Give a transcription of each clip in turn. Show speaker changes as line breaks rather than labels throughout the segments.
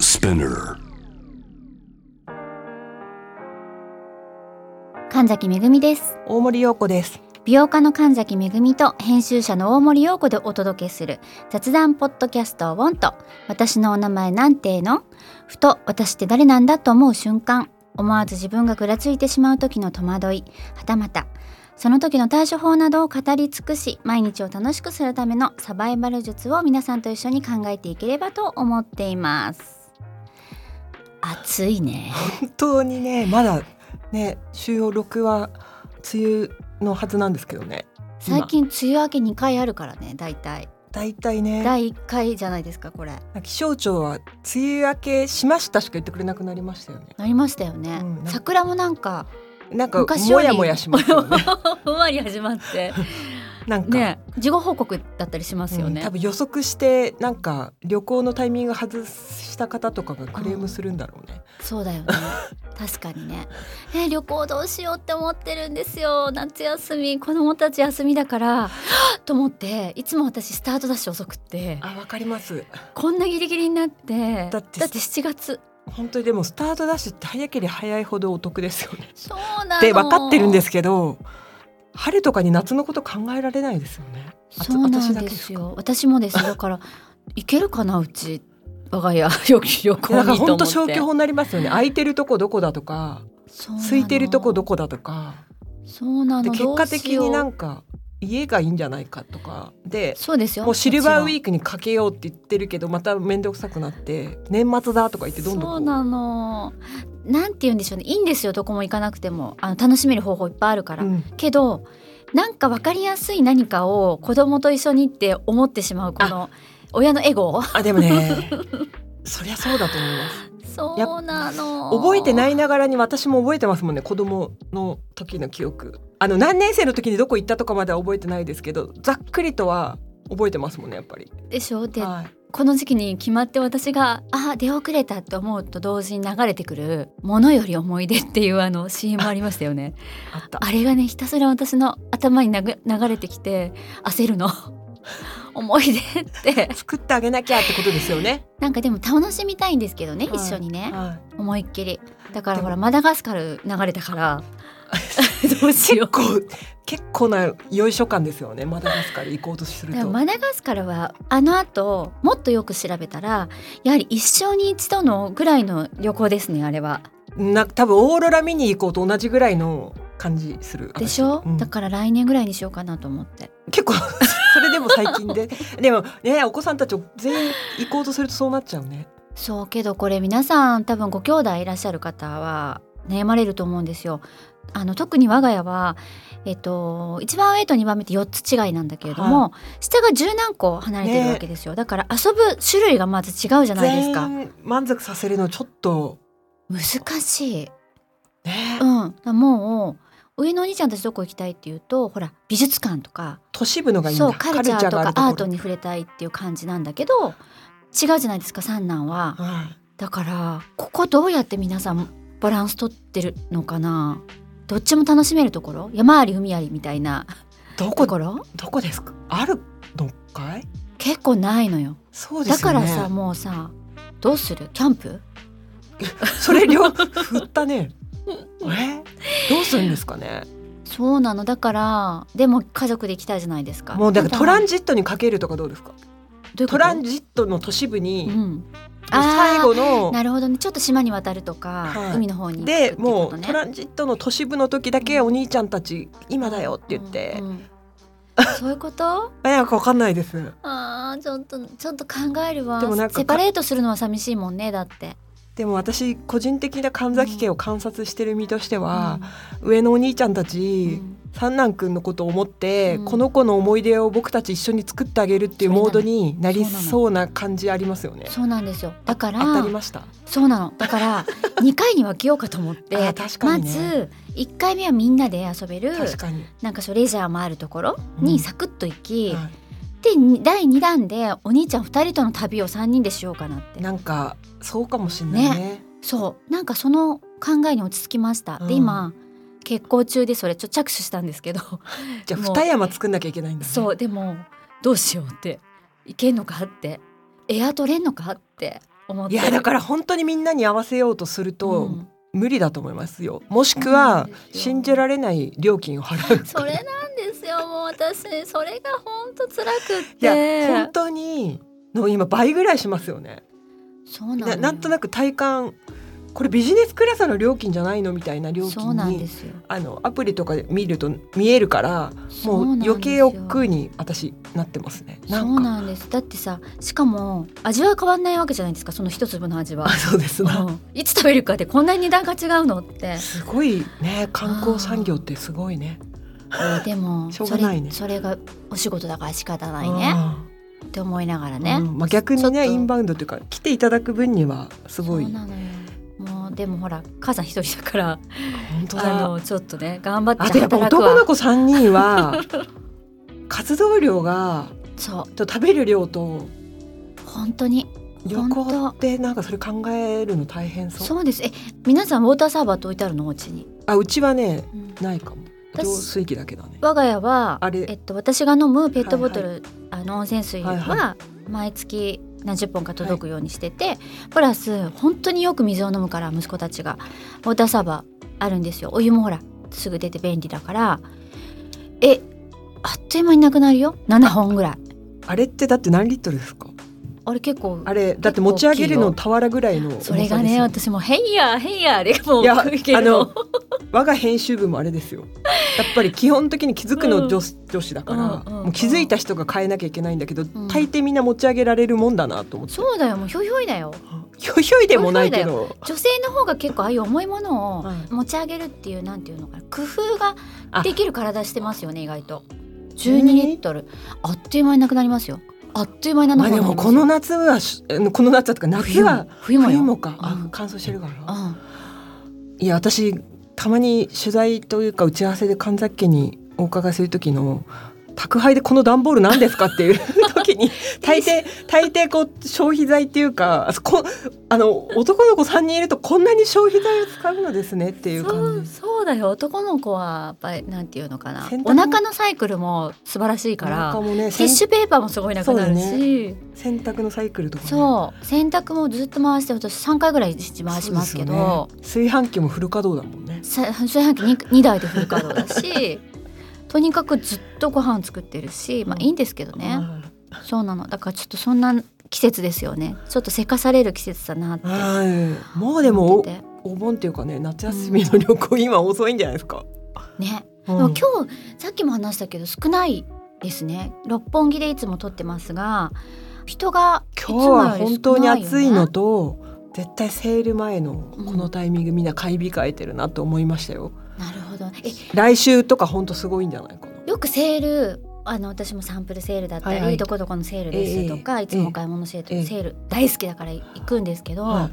Spinner.
神崎めぐみです
大森洋子です。
美容家の神崎めぐみと編集者の大森洋子でお届けする雑談ポッドキャストウォンと私のお名前なんてのふと私って誰なんだと思う瞬間思わず自分がぐらついてしまう時の戸惑いはたまたその時の対処法などを語り尽くし毎日を楽しくするためのサバイバル術を皆さんと一緒に考えていければと思っています暑いね
本当にねまだね収録は梅雨のはずなんですけどね。
最近梅雨明け2回あるからね大体
だいたいね
第1回じゃないですかこれ
気象庁は梅雨明けしましたしか言ってくれなくなりましたよね。
なりましたよね、
うんなんか
桜もなんか
なんか
昔よ
も
り
やもやしますよ ね。
ふんわり始まって
なんか。
ね事後報告だったりしますよ
う
ね、
ん多分予測してなんか旅行のタイミング外した方とかがクレームするんだろうね。
そうだよね確かにねえ旅行どうしようって思ってるんですよ夏休み子供たち休みだから はぁと思っていつも私スタートダッシュ遅くって
あわかります。
こんなギリギリになって
だって
7月
本当にでもスタートダッシュって早ければ早いほどお得ですよね。
そうなの
って分かってるんですすけど春とかに夏のこと考えられないですよね。あつ
そうな
私
ん
だけ
で
です
す
か
よ私もですだ から行けるかなうち我が家 よく旅行にと思
なん
って
か本当消去法になりますよね。空いてるとこどこだとか、
そうなの
空いてるとこどこだとか、
そうな
で
の
結果的にな
か
んか家がいいんじゃないかとかで、
そうですよ
もうシルバーウィ
ー
ークにかけようって言ってるけどまた面倒くさくなって年末だとか言ってどんどんこ
そううなのなんて言うんでしょうねいいんですよどこも行かなくてもあの楽しめる方法いっぱいあるから、
うん
けどなんか分かりやすい何かを子供と一緒にって思ってしまうこの親のエゴ
あでもねそりゃそうだと思います
そうなの
覚えてないいながらに私も覚えてますもんね子供の時の記憶あの何年生の時にどこ行ったとかまでは覚えてないですけどざっくりとは覚えてますもんねやっぱり、
でしょで
はい、
この時期に決まって私があ出遅れたって思うと同時に流れてくる「ものより思い出」っていうあ の CM ありましたよね
あった
あれがねひたすら私の頭になぐ流れてきて焦るの 思い出って
作ってあげなきゃってことですよね。
なんかでも楽しみたいんですけどね、
はい
一緒にね、
は
思いっきりだからほら
でも
マダガスカル流れたから どうし
い、
よ
結
う
構結構なよいしょ感ですよね。マダガスカル行こうとする
で
と。
もマダガスカルはあの後もっとよく調べたらやはり一生に一度のぐらいの旅行ですねあれは。
な多分オーロラ見に行こうと同じぐらいの感じする。
でしょ、
私うん
だから来年ぐらいにしようかなと思って
結構 それでも最近で でもねお子さんたちを全員行こうとするとそうなっちゃうね。
そうけどこれ皆さん多分ご兄弟いらっしゃる方は悩まれると思うんですよあの特に我が家は、えっと、一番上と二番目って4つ違いなんだけれども、下が十何個離れてるわけですよ、だから遊ぶ種類がまず違うじゃないですか
全員満足させるのちょっと
難しい、
ね、
うん、だからもう上のお兄ちゃんたちどこ行きたいっていうとほら美術館とか
都市部のがいいんだ。
そうカルチャーと
があ
か
るところ
アートに触れたいっていう感じなんだけど違うじゃないですか三男は。
はい
だからここどうやって皆さんバランス取ってるのかなどっちも楽しめるところ山あり海ありみたいな
どこと
ころ
どこですか。あるのかい。
結構ないのよ
そうで
だ
すよ
か
ね。
らさもうさどうするキャンプ
それ両振ったね。えどうするんですかね。
そうなのだからでも家族で行きたいじゃないですか
もうだからトラン
ジ
ジットにかけるとかどうですか。ト
ト
ランジットの都市部
う
に
ん
最後の
あーなるほどねちょっと島に渡るとか、
はい
海の方に行くってい
で
うこ
も
と
う
ね
トランジットの都市部の時だけ
うん
お兄ちゃんたち今だよって言って
うんうんそういうこと
えなんかわかんないです。
あーちょっとちょっと考えるわ
でもなんか
セパレートするのは寂しいもんねだって
でも私個人的な神崎家を観察してる身としては、上のお兄ちゃんた
うん
ち、
うん
三男くんのことを思って、
うん
この子の思い出を僕たち一緒に作ってあげるっていうモードになり
そうなの
そうな感じありますよね。
そうなんですよだから
当たりました。
そうなのだから 2回に分けようかと思って、
あー確か
ま
にね
ず1回目はみんなで遊べる
確かに。
なんかそうレジャーもあるところ
う
に
ん
サクッと行き、
は
でに第2弾でお兄ちゃん2人との旅を3人でしようかなって
いなんかそうかもしれないね。
そうなんかその考えに落ち着きました、
うん
で今結婚中でそれちょっと着手したんですけど
じゃあ
もう
二山作んなきゃいけないんだ、ね。
そうでもどうしようっていけんのかってエア取れんのかって思っ
い
てる
やだから本当にみんなに合わせようとすると、
うん
無理だと思いますよもしくは信じられない料金を払う
それなんですよもう私それが本当辛くっ
い
て
や本当にの今倍ぐらいしますよね
そうな
ななんと
な
なく体感これビジネスクラスの料金じゃないのみたいな料
そう
金
なんで
に
すよ
あのアプリとかで見ると見えるからもう余計億劫に私なってますね
そ
な
うん
か
なんですだってさしかも味は変わんないわけじゃないですかその一粒の味 は
あ、そうですな
うんいつ食べるかでこんなに値段が違うの って
すごいね観光産業ってすごいね
でも
しょうがないね
それそれがお仕事だから仕方ないね
あ
って思いながら
ー
ね、
うんまあ、逆
ちょ
に
っと
ねインバウンドというか来ていただく分にはすごい
そうなのよもうでもほら母さん一人だから
本当
あ
だ
のちょっとね頑張って
あとやっぱ
働く
男の
わ
子3 人は活動量が
そう
と食べる量と
本当に
旅行ってなんかそれ考えるの大変そう
そうですえ皆さんウォーターサーバーって置いてあるのお家に、
あうちはね
うん
ないかも
私
浄水器だけだね
我が家は
あれ
えっと、私が飲むペットボトル、あの温泉水
はい
は
は
毎月何十本か届くようにしてて、プラス本当によく水を飲むから息子たちがウォーターサーバーあるんですよお湯もほらすぐ出て便利だからえあっという間になくなるよ7本ぐらい
あれってだって何リットルですか
あれ結構
あれだって持ち上げるの俵ぐらいの重
そ
さで
れ
すよ
がね私も「ヘイヤーヘイヤー」でもう
いや
食いける
あ
の
の我が編集部もあれですよやっぱり基本的に気づくの女子,、女子だから、
うんうん
もう気づいた人が変えなきゃいけないんだけど、
ん
大抵みんな持ち上げられるもんだなと思って
そうだよもうひょいひょいだよ
ひょいひょいでもないけど
女性の方が結構ああいう重いものを
はい
持ち上げるっていうなんていうのかな工夫が
あ
できる体してますよね意外と12
12
リットルあっという間になくなりますよあっという間になく
ま
な
あ
り
で
ますよ
もこの夏はしあのこの夏はとか夏
冬
は
も冬もよ
冬もか、あ
うん
乾燥してるから、
うん
いや私たまに取材というか打ち合わせで神崎家にお伺いする時の宅配でこの段ボール何ですかっていう 時に大抵大抵こう消費財っていうかあこあの男の子3人いるとこんなに消費財を使うのですねっていう
そ
感
う
じ
そうだよ男の子はやっぱりなんていうのかな
洗濯
お
も
腹のサイクルも素晴らしいか
お腹
ら
もね
ティッシュペーパーもすごいなくなる
そうだ
し
洗洗濯のサイクルとか、ね、
そう洗濯もずっと回して私3回ぐらい一日回しますけど
そうですよね、炊飯器もフル稼働だもんね
さ 炊飯器 2, 2台でフル稼働だ しとにかくずっとご飯作ってるしまあいいんですけどね、
あ
そうなのだからちょっとそんな季節ですよねちょっとせかされる季節だなって
ーはいもうで
思
も
ってて
おお盆っていうかね夏休みの旅行今遅いんじゃないですか、
ね、
うん
でも今日さっきも話したけど少ないですね六本木でいつも撮ってますが人がいつ
今日
も
は
より
本
少
当に
ないよね
暑いのと絶対セール前のこのタイミングみんな買い控えてるなと思いましたよ、
なるほどえ
来週とか本当すごいんじゃないかな
よくセールあの私もサンプルセールだったり、
はいはい
どこどこのセールですとか、
ええ
いつもお買い物セール,、
ええ
セール大好きだから行くんですけど、
はい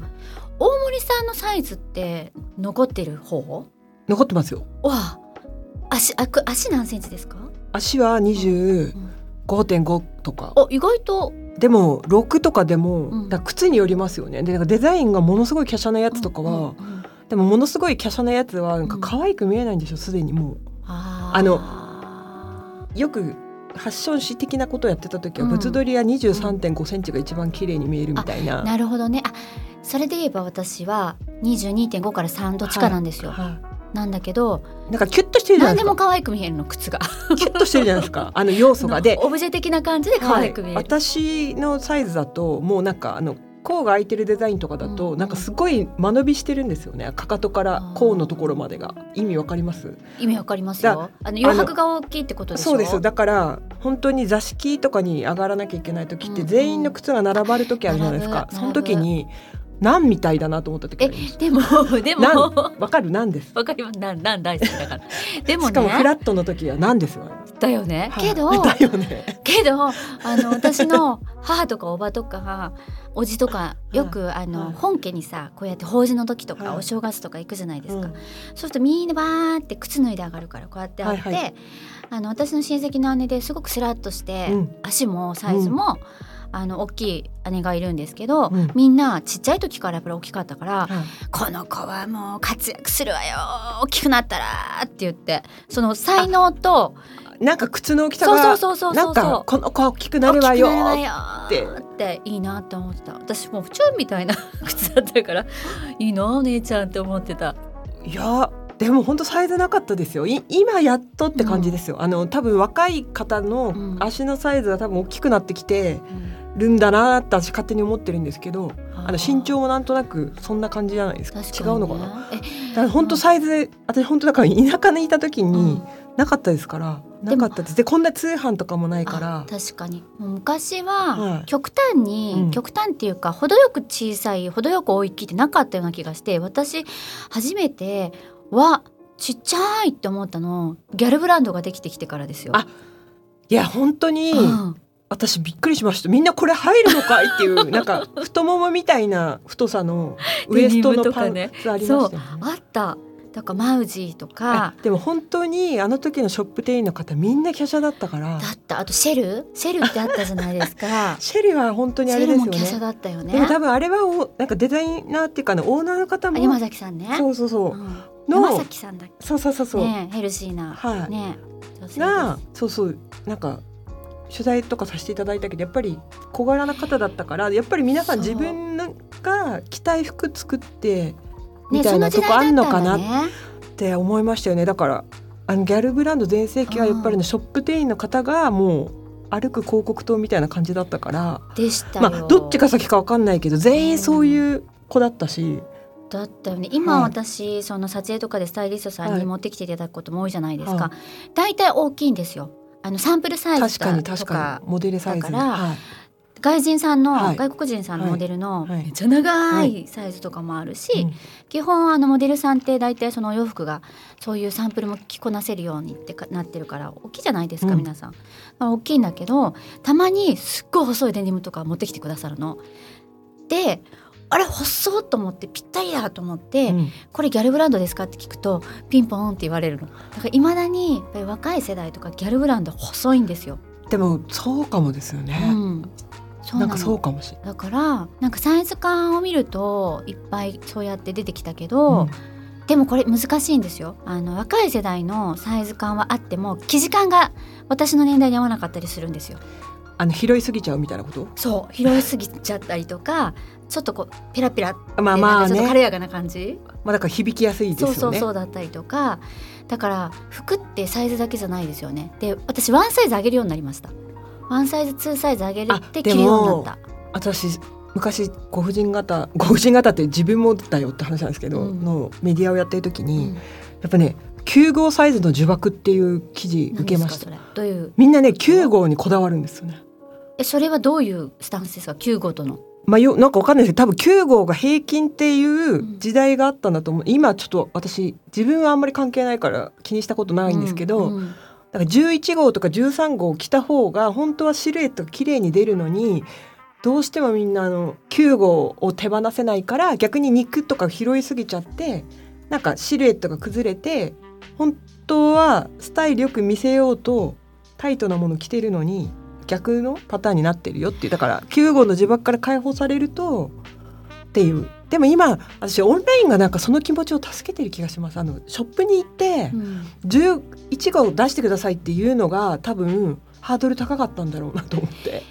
大森さんのサイズって残ってる方
残ってますよ
は足あく足何センチですか、
足は
う
25.5
ん
とか
お意外と
でも6とかでも、
うん
だから靴によりますよねでなんかデザインがものすごい華奢なやつとかは、
うんうんうん
でもものすごい華奢なやつはなんか可愛く見えないんでしょすでにも
あ
あの
の
うよくファッション誌的なことをやってた時は
うん
物撮りは23.5センチが一番綺麗に見えるみたいな。
なるほどねあそれで言えば私は22.5から3どっちかなんですよ、
はい
なんだけど
なんかキュッとしてるじゃ
何で
ないですか
も可愛く見えるの靴が
キュッとしてるじゃないですか あの要素がで、
オブジェ的な感じで可愛く見える、
はい私のサイズだともうなんかあの甲が空いてるデザインとかだと、
うん
なんかすごい間延びしてるんですよねかかとから
あー
甲のところまでが意味わかります
意味わかりますよあの
あの
余白が大きいってことでしょ
そうですよだから本当に座敷とかに上がらなきゃいけない時っ
うんう
て
ん
全員の靴が並ばる時あるじゃないですか、
並ぶ
その時に何みたいだなと思った時
え
あります
でもでも
なんわかるなんです
わかりますなんなん大好きだ からでも
しかもフ
ね
ラットの時は何ですよ、
だよね、
はい
けど
だよね
けどあの私の母とかおばとかおじとか
い
よくあの、
はい
本家にさこうやって法事の時とか、
はい
お正月とか行くじゃないですか、
うん
そうするとみんなバーって靴脱いで上がるからこうやってあって、
はいはい
あの私の親戚の姉ですごくスラッとして、
うん
足もサイズも、あの大きい姉がいるんですけど、
うん
みんなちっちゃい時からやっぱり大きかったから、
はい
この子はもう活躍するわよ大きくなったらって言ってその才能と
なんか靴の大きさ
そうそう
が
そうそう
な
そ
ん
うそう
かこの子は大きくなるわよ
大きくなる
っ
わ
って
よっていいなって思ってた私もうチュンみたいな 靴だったからいいなお姉ちゃんって思ってた
いやでも本当サイズなかったですよい今やっとって感じですよ、あの多分若い方
う
の
ん
足のサイズが多分大きくなってきてるんだなって私勝手に思ってるんですけどあの身長もなんとなくそんな感じじゃないですか
確
違うのかな
え
だから本当サイズで私本当だから田舎にいた時
うん
になかったですから、
でも
なかったですでこんな通販とかもないか
あ
ら
確かにもう昔
は
はい極端に、
うん
極端っていうか程よく小さい程よく大きいってなかったような気がして私初めてはちっちゃいって思ったのギャルブランドができてきてからですよ。
あいや本当に
うん
私びっくりしましたみんなこれ入るのかいってい うなんか太ももみたいな太さのウエストのパン
デニム
ツありましたよね。
あっただからマウジーとか
あでも本当にあの時のショップ店員の方みんな華奢だったから
だったあとシェルシェルってあったじゃないです か
シェリは本当に
シ
あ
ェ
れで
ル
す
も
よ
華奢
ね。
だったよね
でも多分あれはおなんかデザイナーっていうかねオーナーの方
あ
も
山崎さんね
そうそうそうう、
ん
の
山崎さんだっ
そうそうそう
け
そう、
ねヘルシーな、
はい
ね女性
がそうそうなんか取材とかさせていただいたけどやっぱり小柄な方だったからやっぱり皆さん
そう
自分が着たい服作ってみ
ね、
た
そ
い
の
な
時
と
代
こあんのか
だったん
なっ
だね
て思いましたよねだからあのギャルブランド全盛期はやっぱり
うん
ねショップ店員の方がもう歩く広告塔みたいな感じだったから
でしたよ、
まあどっちが先かわかんないけど全員そういう子だったし、
だったよね今
はい
私、その撮影とかでスタイリストさん
は
に
い
持ってきていただくことも多いじゃないです
は
か、だい、大体大きいんですよあのサンプルサイズ
確か
が
に
と
確
か
かにモデルサイズ
だから
はい
外人さんの、
はい
外国人さんのモデルの、
はいはい
めっちゃ長いサイズとかもあるし、
うん
基本あのモデルさんって大体そのお洋服がそういうサンプルも着こなせるようにってかなってるから大きいじゃないですか、
うん
皆さん、まあ、大きいんだけどたまにすっごい細いデニムとか持ってきてくださるの。であれ細っと思ってぴったりだと思って、
うん
これギャルブランドですかって聞くとピンポーンって言われるのだからいまだにやっぱり若い世代とかギャルブランド細いんですよ。
でもそうかもですよね、
うん、そう
な
なんの
かそうかもしれ
だからなんかサイズ感を見るといっぱいそうやって出てきたけ
ない、
ど、
うん
でもこれ難しいんですよあの若い世代のサイズ感はあっても生地感が私の年代に合わなかったりするんですよ
あの拾いすぎちゃうみたいなこと
そう拾いすぎちゃったりとかちょっとこうペラペラって
まあ
なんか
まあ
ちょっと
ね
軽やかな感じ、
まあだから響きやすいです
そ
よ
う
ね
そうそうだったりとかだから服ってサイズだけじゃないですよねで私ワンサイズ上げるようになりましたワンサイズツーサイズ上げるって
あで
着
も
るようになった
私昔ご婦人型ご婦人型って自分もだよって話なんですけど、
うん
のメディアをやってる時に、
うん
やっぱね9号サイズの呪縛っていう記事受けました
何ですかそれどういう
みんなね9号にこだわるんですよね
えそれはどういうスタンスですか9号との
まあ、よなんかわかんないですけど多分9号が平均ってい
ん
う時代があったんだと思う、今ちょっと私自分はあんまり関係ないから気にしたことないんですけど、
うんうん
なんか11号とか13号を着た方が本当はシルエットが綺麗に出るのにどうしてもみんなあの9号を手放せないから逆に肉とか拾いすぎちゃってなんかシルエットが崩れて本当はスタイルよく見せようとタイトなもの着てるのに逆のパターンになってるよっていうだから9号の呪縛から解放されるとっていうでも今私オンラインがなんかその気持ちを助けてる気がします。あのショップに行って、
うん
11号出してくださいっていうのが多分ハードル高かったんだろうなと思って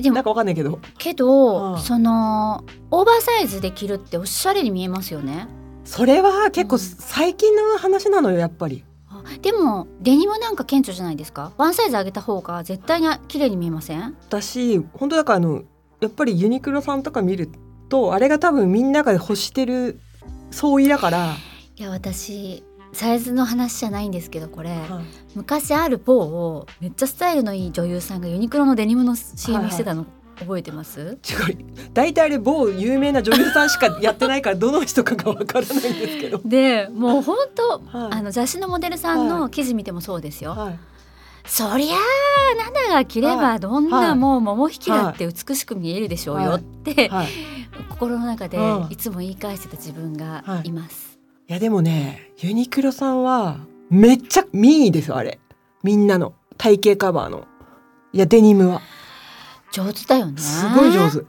で
な
も
んかわかんないけど
けど、
うん
そのオーバーサイズで着るっておしゃれに見えますよね
それは結
うん
構最近の話なのよやっぱり
あでもデニムなんか顕著じゃないですかワンサイズ上げた方が絶対に綺麗に見えません
だし本当だからあのやっぱりユニクロさんとか見るとあれが多分みんなが欲してる総意だから、
いや私サイズの話じゃないんですけどこれ昔ある某をめっちゃスタイルのいい女優さんがユニクロのデニムの CM してたの覚えてます、。
違う大体あれ某有名な女優さんしかやってないからどの人かがわからないんですけど
でもう本当、
はい
あの雑誌のモデルさんの記事見てもそうですよ、
はい
そりゃあナナが着れ
は
ばどん
は
ないもう桃引きだって美しく見えるでしょうよ
は
っ
い
て
はい、
心の中で
うん
いつも言い返してた自分がいます。
いやでもねユニクロさんはめっちゃ民意ですよあれみんなの体型カバーのいやデニムは
上手だよね。
すごい上。手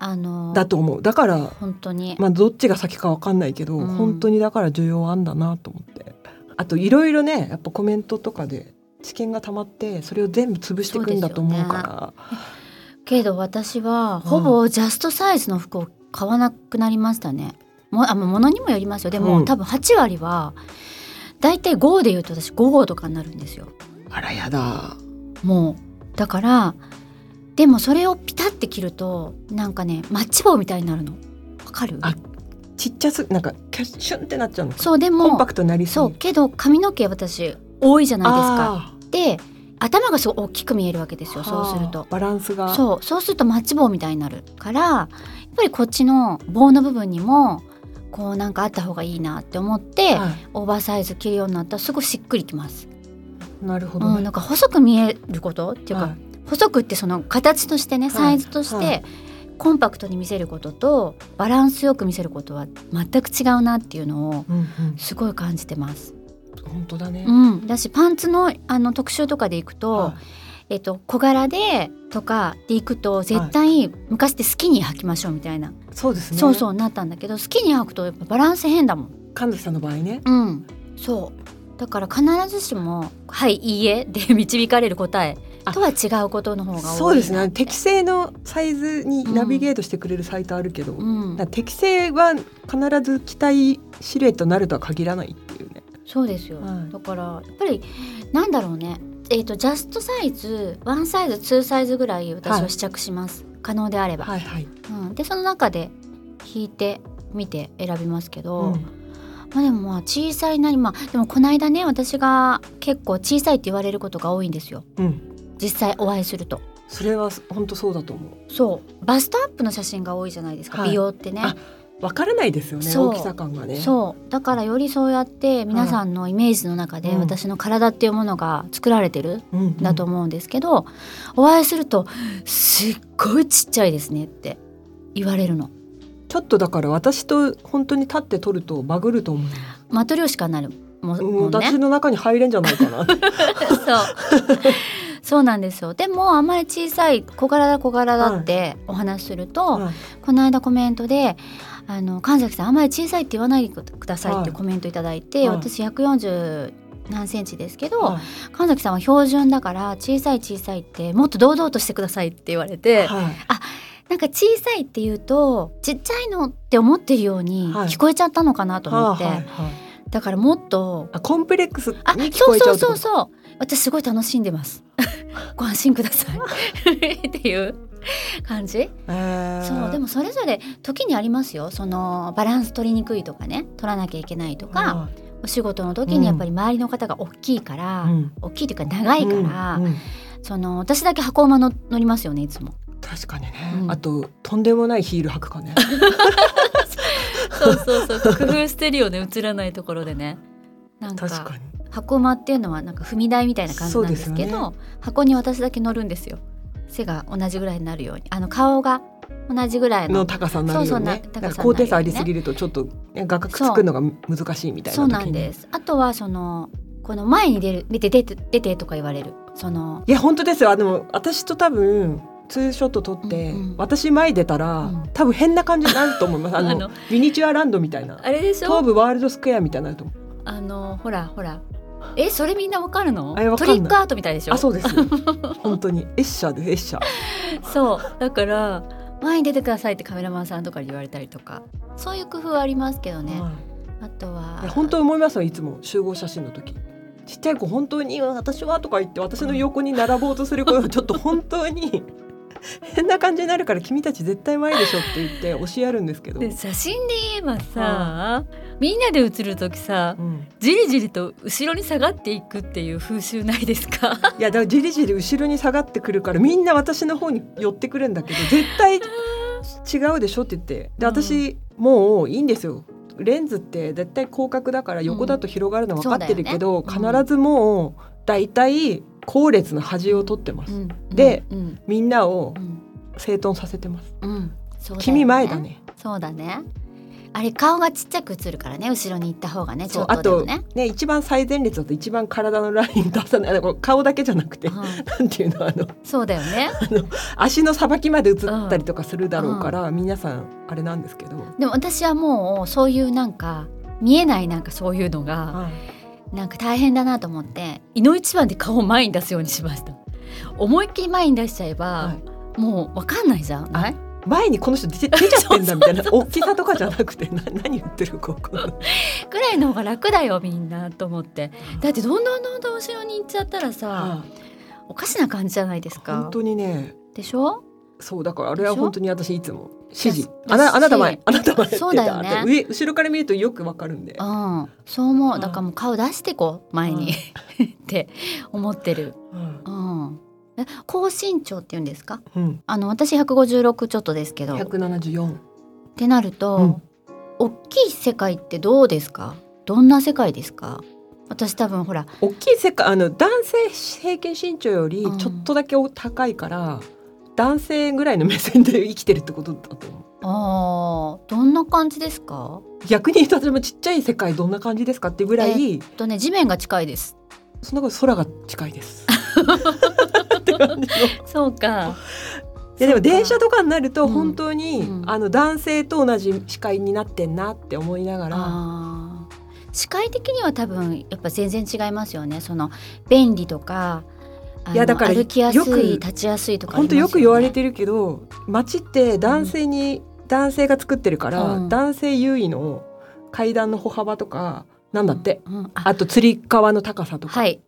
あの
だと思うだから
本当に、
まあどっちが先かわかんないけど、
うん
本当にだから需要あんだなと思ってあといろいろねやっぱコメントとかで知見がたまってそれを全部潰していくんだと思うから
けど私はほぼジャストサイズの服を買わなくなりましたね。もあものにもよりますよでも、
うん
多分8割はだいたい5で言うと私5号とかになるんですよ。
あらやだ
もうだからでもそれをピタって切るとなんかねマッチ棒みたいになるのわかる
あちっちゃすなんかキャッシュンってなっちゃうのか
そうで
コン
も
パクトになりす
そう
ぎ
けど髪の毛私多いじゃないですか。
あー
で頭がすごい大きく見えるわけですよそうする
は
と
あ。バランスが
そうそうするとマッチ棒みたいになるからやっぱりこっちの棒の部分にもこうなんかあった方がいいなって思って、
は
オーバーサイズ着るようになったらすごいしっくりきます。
いなるほど
うん、
ね
なんか細く見えることっていうか、
はい
細くってその形としてね
い
サイズとし
は
てコンパクトに見せることとバランスよく見せることは全く違うなっていうのを
うんうん
すごい感じてます。
本当だね
うん、だしパンツのあの特集とかでいくと、
は
えっと、小柄でとかでいくと絶対昔ってスキニー履きましょうみたいな、
いそうですね
そうそうなったんだけどスキニー履くとやっぱバランス変だもん。
神崎さんの場合ね
うん、そうだから必ずしも「はいいいえ」で導かれる答えとは違うことの方が多いな
そうですね適正のサイズにナビゲートしてくれるサイトあるけど、
うん
だから、適正は必ず着たいシルエットになるとは限らないっていうね。
そうですよ、
はい
だからやっぱりなんだろうねえっ、とジャストサイズワンサイズツーサイズぐらい私は試着します、可能であれば、
いはい。
うん、でその中で引いてみて選びますけど、
うん
まあでもまあ小さいなりまあでもこの間ね私が結構小さいって言われることが多いんですよ
うん、
実際お会いすると
それは本当そうだと思う。
そうバストアップの写真が多いじゃないですか、
はい
美容ってね
あわからないですよね。
そう
大きさ感がね。
そうだからよりそうやって皆さんのイメージの中で
うん
私の体っていうものが作られてる
うん、うん
んだと思うんですけど、お会いするとすっごいちっちゃいですねって言われるの
ちょっとだから私と本当に立って撮るとバグると思う。
マトリョーシカになるも
うん
もんね
私の中に入れんじゃないか
そ
な。
うそうなんですよでもあんまり小さい小柄だ小柄だってお話しすると、
はい
この間コメントで「あの神崎さんあんまり小さいって言わないでください」って
はい
コメントいただいて、
はい
私140何センチですけど、
は
神崎さんは標準だから小さい小さいってもっと堂々としてくださいって言われ
い
て、
はい
なんか小さいって言うとちっちゃいのって思ってるように
はい
聞こえちゃったのかなと思
は
って、
いはい。
だからもっと
あコンプレックスに
あ、
聞
そ
こ
う
えち
そ
ゃ
う
うと
そうそう。私すごい楽しんでます。 ご安心ください っていう感じ。
えー
そうでもそれぞれ時にありますよ。そのバランス取りにくいとかね、取らなきゃいけないとか、
は
お仕事の時にやっぱり周りの方が大きいから、
いうん
大きいというか長いから、
うんうん
その私だけ箱馬の乗りますよねいつも。
確かにね、
うん
あととんでもないヒール履くか ね
そうそうそう。工夫してるよね映らないところでね。なん
確かに
箱馬っていうのはなんか踏み台みたいな感じなんです
そう
け
です
ど
よ
箱に私だけ乗るんですよ背が同じぐらいになるようにあの顔が同じぐらいの
の高さになる
そうそう
よ
な
ね
高さになるよね
なんか高低差ありすぎるとちょっとね画角作るのが難しいみたいな時に
そうなんですあとはそのこの前に出る出て出て出てとか言われるその
いや本当ですよあでも私と多分ツーショット撮って、
うんうん
私前出たら、
うん
多分変な感じになると思いますあの
あの
ミニチュアランドみたいな
あれでし
東武ワールドスクエアみたいになると思う
あのほらほらえそれみんなわかるの
あれわ
ト
かんな
リ
い
ックアートみたいでしょ
あそうですよ本当にエッシャーですエッシャー
そうだから前に出てくださいってカメラマンさんとかに言われたりとかそういう工夫はありますけどね、
はい
あとはい
や本当思いますよいつも集合写真の時ちっちゃい子本当に「私は」とか言って私の横に並ぼうとする子がちょっと本当に変な感じになるから「君たち絶対前でしょ」って言って教えやるんですけど、
で写真で言えばさ、みんなで写る時さ
うん、
じりじりと後ろに下がっていくっていう風習ないですか
いやだからじりじり後ろに下がってくるからみんな私の方に寄ってくるんだけど絶対違うでしょって言ってで私、もういいんですよレンズって絶対広角だから横だと広がるの分かってるけど、
うんそうだよねうん
必ずもう大体後列の端を取ってます。
うん
で
うん
みんなを
うん
整頓させてます。
うん、そうだよね
君前だ。ね。
そうだね。あれ顔がちっちゃく映るからね、後ろに行った方がね、ち
そ
ょっ
うあ
とでも
と
ね
ね。一番最前列だと一番体のライン出さないあの顔だけじゃなくて、
うん
なんていうのあの
そうだよね。
足のさばきまで映ったりとかするだろうから、皆さんあれなんですけど、
でも私はもうそういうなんか見えないなんかそういうのが
はい
なんか大変だなと思って
胃の一番で顔を前に出すようにしました思いっきり前に出しちゃえば、
はい
もうわかんないじゃんない
前にこの人出て出ちゃってんだみたいな大きさとかじゃなくてな何言ってるか分かんない
ぐらいの方が楽だよみんなと思ってだってどんどんどんどん後ろに行っちゃったらさ、おかしな感じじゃないです
本
か
当にね
でしょ
そうだからあれは本当に私いつも指示
だ
あなあな
だ
た前
し
あなた前って
そ
言
う
って
だ
た
よ
っ
ね
て上後ろから見るとよくわかるんで
うんそう思
う
うんだからもう顔出してこ前に って思ってる
うん
うんえ高身長っていうんですか
うん
あの私156ちょっとですけどっ
174
てなると、
うん
大きい世界ってどうですかどんな世界ですか私多分ほら
大きい世界あの男性平均身長よりちょっとだけお高いから、男性ぐらいの目線で生きてるってことだと思う
あーどんな感じですか
逆に私もちっちゃい世界どんな感じですかってぐらい
えっとね地面が近いです
そんなこと空が近いです って感じの
そうか
いやでも電
そ
車とかになる
う
と
ん
本当に、
うん
あの男性と同じ視界になってんなって思いながら
あー視界的には多分やっぱ全然違いますよねその便利とかあの
いやだから
歩きやす
よく
い立ちやすいとかあり
本
ます
当
よ、ね、
よく言われてるけど街って男性に、男性が作ってるから、
うん
男性優位の階段の歩幅とかなんだって、
うん、うんあ
あと釣り革の高さとか、
はい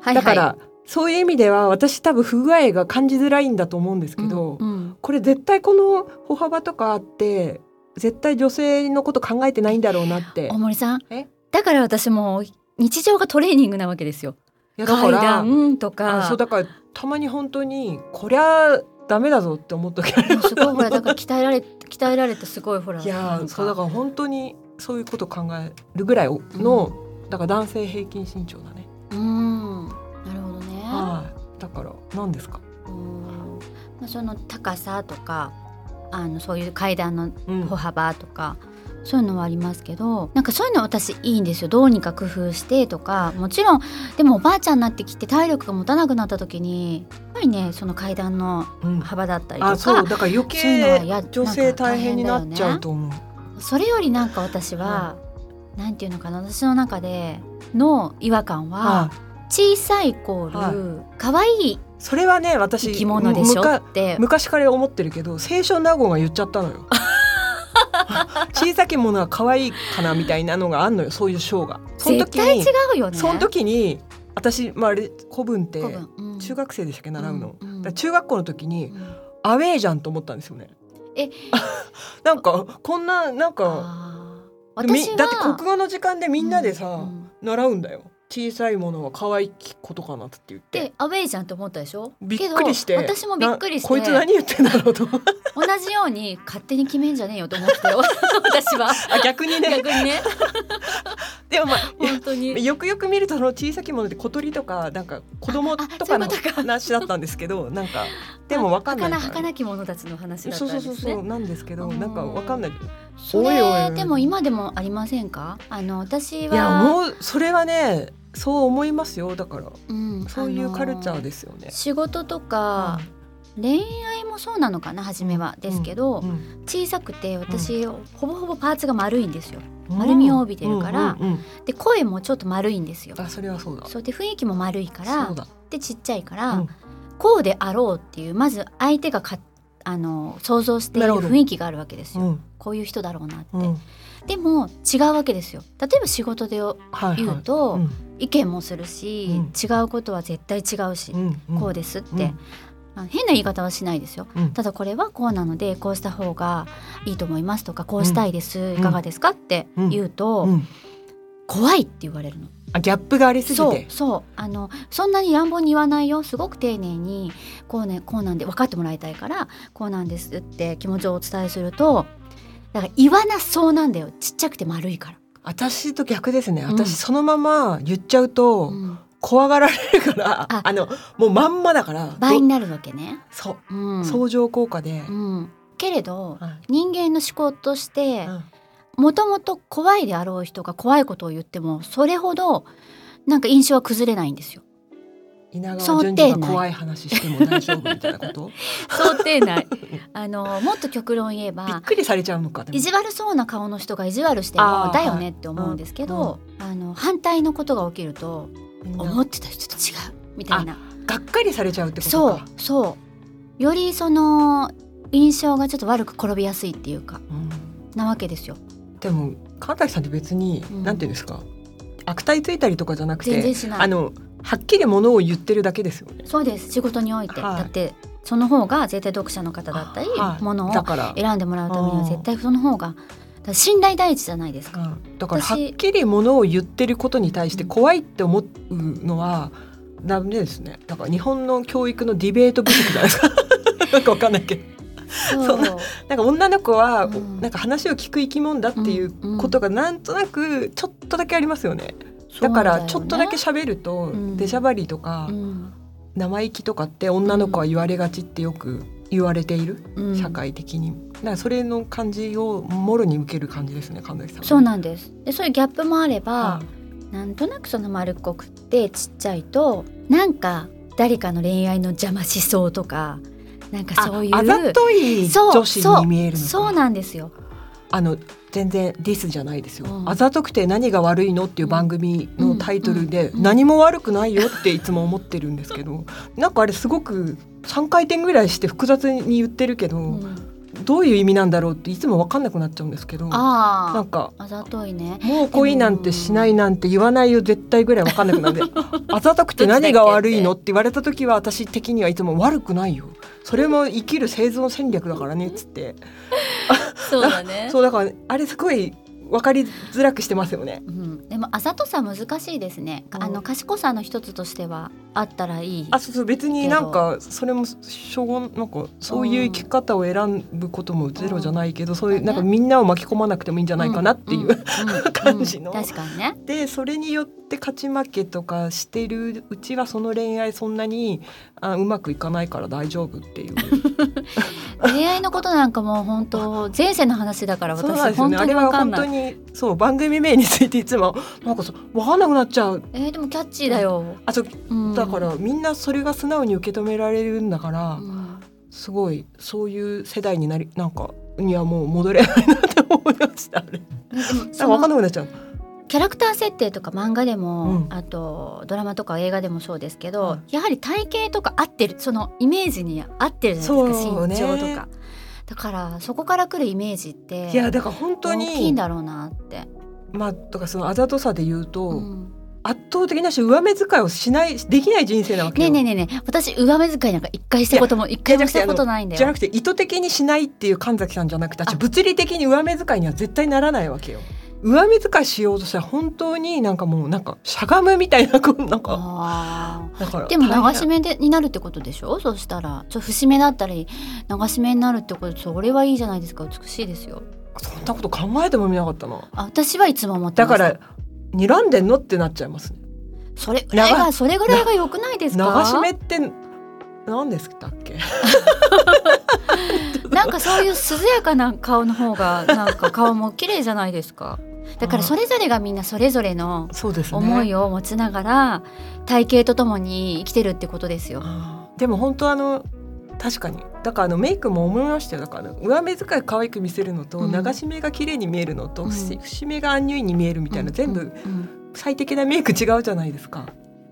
はいはい
だから、そういう意味では私多分不具合が感じづらいんだと思うんですけど、
うんうん
これ絶対この歩幅とかあって絶対女性のこと考えてないんだろうなって
大。森さん
え
だから私もう日常がトレーニングなわけですよ
いやだか
階
ら
段とか
あそうだからたまに本当にこりゃダメだぞって思っときゃ
でもすごいほらだから鍛えられ鍛えられてすごいほら
いや
な
ー
んか
そうだから本当にそういうこと考えるぐらいの、だから男性平均身長だね、
うんなるほどね、
はいだから何ですか、
うんまあその高さとかあのそういう階段の
うん
歩幅とか、そういうのはありますけどなんかそういうの私いいんですよどうにか工夫してとかもちろんでもおばあちゃんになってきて体力が持たなくなった時にやっぱりねその階段の
うん
幅だったり
あ
と
そう
か
だから余
そういうのは
計
や
女性
なんか
大変になっちゃう
大変だよね
と思う、
それよりなんか私は、なんていうのかな私の中での違和感は
あ
小さいイコール可愛い
それはね私
生き物でしょ
む
っ
か
て
昔から思ってるけど清少納言が言っちゃったの よ小さきものは可愛いかなみたいなのがあんのよそういうショーがその
絶
時
対違
に
うよね。
その時に私、まあ、あれ古文って
古文うん
中学生でしたっけ習うの、
うんうん
だから中学校の時に
うん
アウェーじゃんと思ったんですよね
え
なんかこんななんか
あー
み
私は
だって国語の時間でみんなでさ、
うんうん
習うんだよ小さいものは可愛いことかなって言って
でアウェイじゃんと思ったでしょ
びっくりして
けど私もびっくりして
なこいつ何言ってんだろう と思って
同じように勝手に決めんじゃねえよと思ってたよ私は
あ逆にね
逆にね
でもまあ
本当に
よくよく見るとその小さきものって小鳥とかなんか子供とかの
あそういうことか
話だったんですけどなんかでもわかんない
儚
から
儚き者たちの話だった
そ
ん
う
です
そう
ね
そうそうなんですけど
うん
なんかわかんない
そ
おいおいお
れ
い
でも今でもありませんかあの私
いや
は
もうそれはねそう思いますよだから
うん
そういうカルチャー
で
ですよね。
仕事とか恋愛もそうなのかな初めはですけど
うん
小さくて私ほぼほぼパーツが丸いんですよ丸みを帯びてるから
うんうんうん
で声もちょっと丸いんですよ
あそれはそうだ。
そうで雰囲気も丸いから
そうだ。
でちっちゃいから、
うん
こうであろうっていうまず相手がかあの想像してい
な
る
るほど
雰囲気があるわけです
う
よ、
ん
こういう人だろうなって、
うん
でも違うわけですよ例えば仕事でよ
はい
言う
は
と、
い。ん
意見もするし、違うことは絶対違うし、
んん
こうですって、
うん
あの変な言い方はしないですよ
うん
ただこれはこうなのでこうした方がいいと思いますとかこうしたいです、いかがですかって言うと、
うん
怖いって言われるの。
あギャップがありすぎ
そう
て。
そうあのそんなに乱暴に言わないよすごく丁寧にこうねこうなんで分かってもらいたいからこうなんですって気持ちをお伝えするとだから言わなそうなんだよちっちゃくて丸いから。
私と逆ですね。
うん
私そのまま言っちゃうと
うん
怖がられるから
あ
あのもうまんまだから。
倍に
ど
なるわけね。
そう
うん
相乗効果で。
うんけれど
はい
人間の思考として
うん
もともと怖いであろう人が怖いことを言ってもそれほどなんか印象は崩れないんですよ。
稲川淳二が怖い話しても大丈夫みたいなこと
想定 内あのもっと極論言え
びっ
ば
くりされちゃうのかでも
意地悪そうな顔の人が意地悪して
あ
も
ー
だよねって思うんですけどあ、の反対のことが起きると思
な
ってた人と違うみたいな
がっかりされちゃうってこと
そう
か
そうよりその印象がちょっと悪く転びやすいっていうか
うん
なわけですよ
でも神崎さんって別に、
うん
なんていうんですか悪態ついたりとかじゃなく
全
て
然しな
あ
い
のはっきりものを言ってるだけですよね
そうです仕事において、
はい
だってその方が絶対読者の方だったり
はい
ものを
だから
選んでもらうためには
うん
絶対その方がだから信頼第一じゃないですか。
うんだからはっ
私
きりものを言ってることに対して怖いって思うのはダメですねだから日本の教育のディベート不足じゃないですか なんかわかんないけど
そう
そんななんか女の子は、
うん
なんか話を聞く生き物だっていうことがなんとなくちょっとだけありますよね、だからちょっとだけ、喋ると、
うん
出しゃばりとか、
そうだよね
生意気とかって女の子は言われがちってよく言われている、
うんうん
社会的にだからそれの感じをもろに受ける感じですね神崎さん
そうなんですでそういうギャップもあれば、
は
なんとなくその丸っこくってちっちゃいとなんか誰かの恋愛の邪魔しそうとかなんか
あ
そういう
あざとい
そ
女
う
子
そ
に
う
見えるのか
そうなんですよ。
あの全然ディスじゃないですよ、
うん
あざとくて何が悪いのっていう番組のタイトルで
うんうん
何も悪くないよっていつも思ってるんですけどなんかあれすごく3回転ぐらいして複雑に言ってるけど、
うん
どういう意味なんだろうっていつも分かんなくなっちゃうんですけどな
ああ
んか
あざといね。
もう恋なんてしないなんて言わないよ絶対ぐらい分かんなくなる んであざとくて何が悪いのって言われた時は私的にはいつも悪くないよそれも生きる生存戦略だからねっつって。
そうだね
そうだからあれすごい分かりづらくしてますよね。
うん、でもあざとさ難しいですね。
うん
あの賢さの一つとしてはあったらいい。
あそうそう別になんかそれもしょうがなんかそういう生き方を選ぶこともゼロじゃないけどそういうなんかみんなを巻き込まなくてもいいんじゃないかなっていう。
んんん
感じの
うん確かにね。
でそれによって勝ち負けとかしてるうちはその恋愛そんなにあうまくいかないから大丈夫って いう
恋愛のことなんかもう本 当前世の話だから
そうなん
私
ですよ
本
ねあ
当に
れ
わ
は
かん
本
な
当
い。
にそう番組名についてい つもなんかそう分かんなくなっちゃう
えーでもキャッチーだよ。
あそう
うん
だからみんなそれが素直に受け止められるんだから。
うん
すごいそういう世代になりなんかにはもう戻れないなって思いましたあ
で
れ
も
あ
そ
分かん
の
なくなっちゃう
キャラクター設定とか漫画でも、
うん
あとドラマとか映画でもそうですけど、
うん
やはり体型とか合ってるそのイメージに合ってるじゃないです
そ
か、
うね
身長とかだからそこから来るイメージって
いやだから本当
大きいん
に
だろうなって、
まあとかそのあざとさで言うと、
うん
圧倒的なし上目遣いをしないできない人生なわけ
ねえ
よ
ねえねえねえ私上目遣いなんか一回したことも一回もしたことないんだ
じゃな
よ
くて意図的にしないっていう神崎さんじゃなくて私
あ
物理的に上目遣いには絶対ならないわけよ上目遣いしようとしたら本当になんかもうなんかしゃがむみたいなこうなんか
あ
だから
ーでも
大変
流し目でになるってことでしょそうしたらちょ節目だったり流し目になるってことそれはいいじゃないですか美しいですよ
そんなこと考えてもみなかったな
あ私はいつも思って
だ
まし
か
た
ら睨んでんのってなっちゃいますね
それぐらい
流
がそれぐらいが良くないですか
流し目って何でしたっけ
なんかそういう涼やかな顔の方がなんか顔も綺麗じゃないですかだからそれぞれがみんなそれぞれの
そうです
思いを持ちながら体型とともに生きてるってことですよ
あーでも本当あの確かにだからあのメイクも思いましたよだから上目遣い可愛く見せるのと、
うん
流し目が綺麗に見えるのと、
うん
節節目がアンニュイに見えるみたいな、全部
うん
最適なメイク違うじゃないですか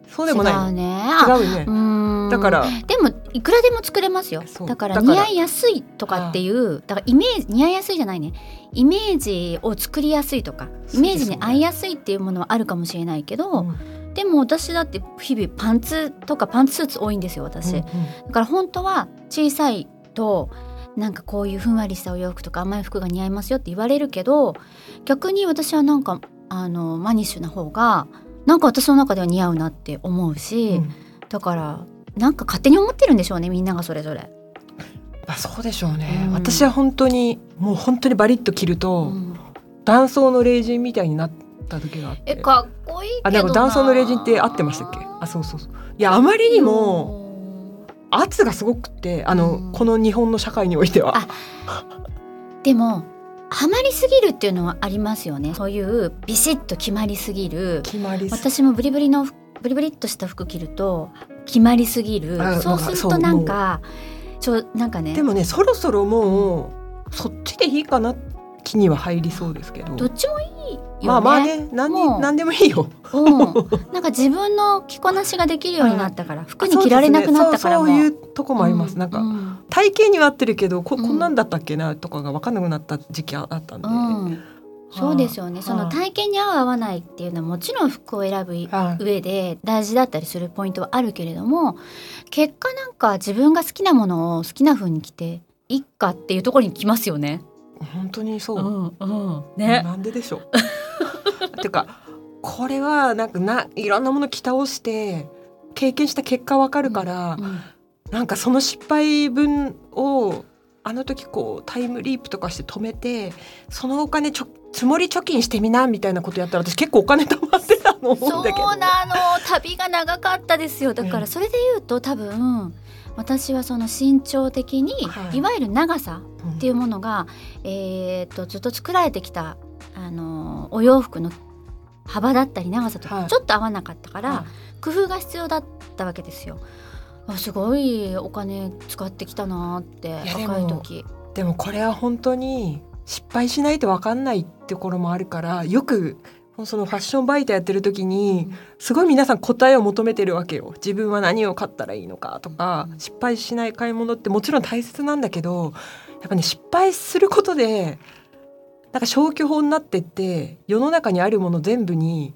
そうでも
違
な
う
い
ね
違う
あ
よね
うーん
だから
でもいくらでも作れますよ
そう
だから
だから
似合いやすいとかっていうだからイメージ似合いやすいじゃないねイメージを作りやすいとかイメージに合いやすいっていうものはあるかもしれないけど、
うん
でも私だって日々パンツとかパンツスーツ多いんですよ私、
うん
だから本当は小さいとなんかこういうふんわりしたお洋服とか甘い服が似合いますよって言われるけど逆に私はなんかあのマニッシュな方がなんか私の中では似合うなって思う
う
し、
んうん
だからなんか勝手に思ってるんでしょうねみんながそれぞれ。
まあそうでしょうね、
うん
私は本当にもう本当にバリッと着ると、
うん
断層の霊人みたいになった時があって
えかっこいいけどな
あ、なんか男装の霊人って合ってましたっけ？あ、そうそうそう。いやあまりにも圧がすごくて、あの、
うん
この日本の社会においては
あ、でもハマりすぎるっていうのはありますよねそういうビシッと決まりすぎる
決まりす。
私もブリブリのブリブリっとした服着ると
決まりすぎる
あ
そうするとなんかちょなんかね
でもねそろそろもうそっちでいいかな気には入りそうですけど
どっちもいいよね。
まあまあね何に
もう
何でもいいよ
うん、なんか自分の着こなしができるようにな ったから、服に
そうですね
着られなくなったからも
そうそういうとこもあります、なんか、
うん
体型には合ってるけどこ
うん
こんなんだったっけなとかが分かんなくなった時期あったんで、
うん
そうですよね、
はい
その体型に合う合わないっていうのはもちろん服を選ぶ
はい
上で大事だったりするポイントはあるけれども結果なんか自分が好きなものを好きな風に着ていっかっていうところに来ますよね。
本当にそう、
うんうんね、
なんででしょう てかこれはなんかないろんなもの着倒して経験した結果わかるから、なんかその失敗分をあの時こうタイムリープとかして止めてそのお金ちょ積もり貯金してみなみたいなことやったら私結構お金貯まってたの思
そ
うんだけど
うなの旅が長かったですよだか
う
ら
ん
それで言うと多分私はその身長的に、
はい
い、わゆる長さ
うん
っていうものが、えーっとずっと作られてきたあのお洋服の幅だったり長さと
は
か
い
ちょっと合わなかったから、
は
工夫が必要だったわけですよ。あすごいお金使ってきたなーって
いやでも
若い時
でもこれは本当に失敗しないと分かんないってところもあるからよくそのファッションバイトやってる時にすごい皆さん答えを求めてるわけよ自分は何を買ったらいいのかとか失敗しない買い物ってもちろん大切なんだけどやっぱね失敗することでなんか消去法になってって世の中にあるもの全部に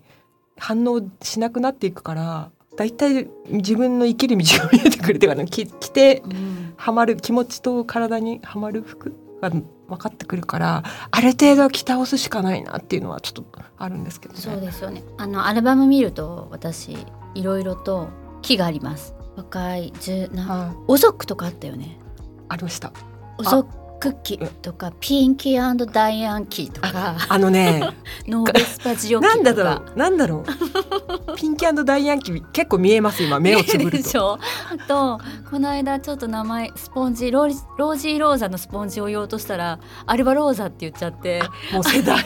反応しなくなっていくからだいたい自分の生きる道が見えてくるっていうかねき着て
うん
ハマる気持ちと体にはまる服が分かってくるからある程度着倒すしかないなっていうのはちょっとあるんですけどね。
そうですよねあのアルバム見ると私いろいろと木があります若い十な
あ
おソックとかあったよね
ありました。
おソック機とかピンキーダイアンキーとか
あのね、
ノーベスパジオキ
なんだ
ーと
ろ
か
う、なんだろう。ピンキーダイアンキー結構見えます今目をつぶる
でしょ
と。
あとこの間ちょっと名前スポンジローリロージーローザのスポンジを言おうとしたらアルバローザって言っちゃって
もう世代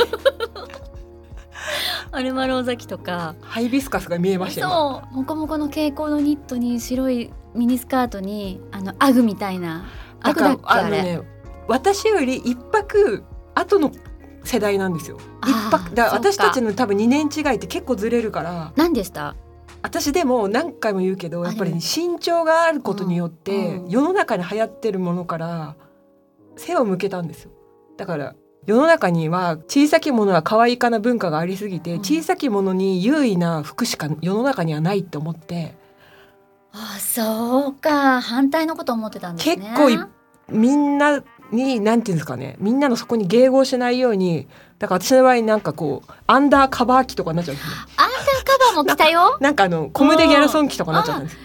アルバローザ機とか
ハイビスカスが見えましたよ。
そうモコモコの蛍光のニットに白いミニスカートにあのアグみたいなア
今
グだっけ
あ
あ
の
れ、
ね、私より一泊後の世代なんですよ。
あー
一泊だから私た
そ
ち
うか
の多分二年違いって結構ずれるから。
何でした
私でも何回も言うけど
あ
やっぱり
でも
身長があることによって、
うんうん
世の中に流行ってるものから背を向けたんですよだから世の中には小さきものは可愛いかな文化がありすぎて、
うん
小さきものに優位な服しか世の中にはないって思って
あそうか反対のこと思ってたんですね
結構いみんなに何て言うんですかねみんなのそこに迎合しないようにだから私の場合なんかこうアンダーカバー機とかになっちゃうんですよ
アンダーカバーも着たよ
なんかあのコムデギャルソン機とかになっちゃうんですよ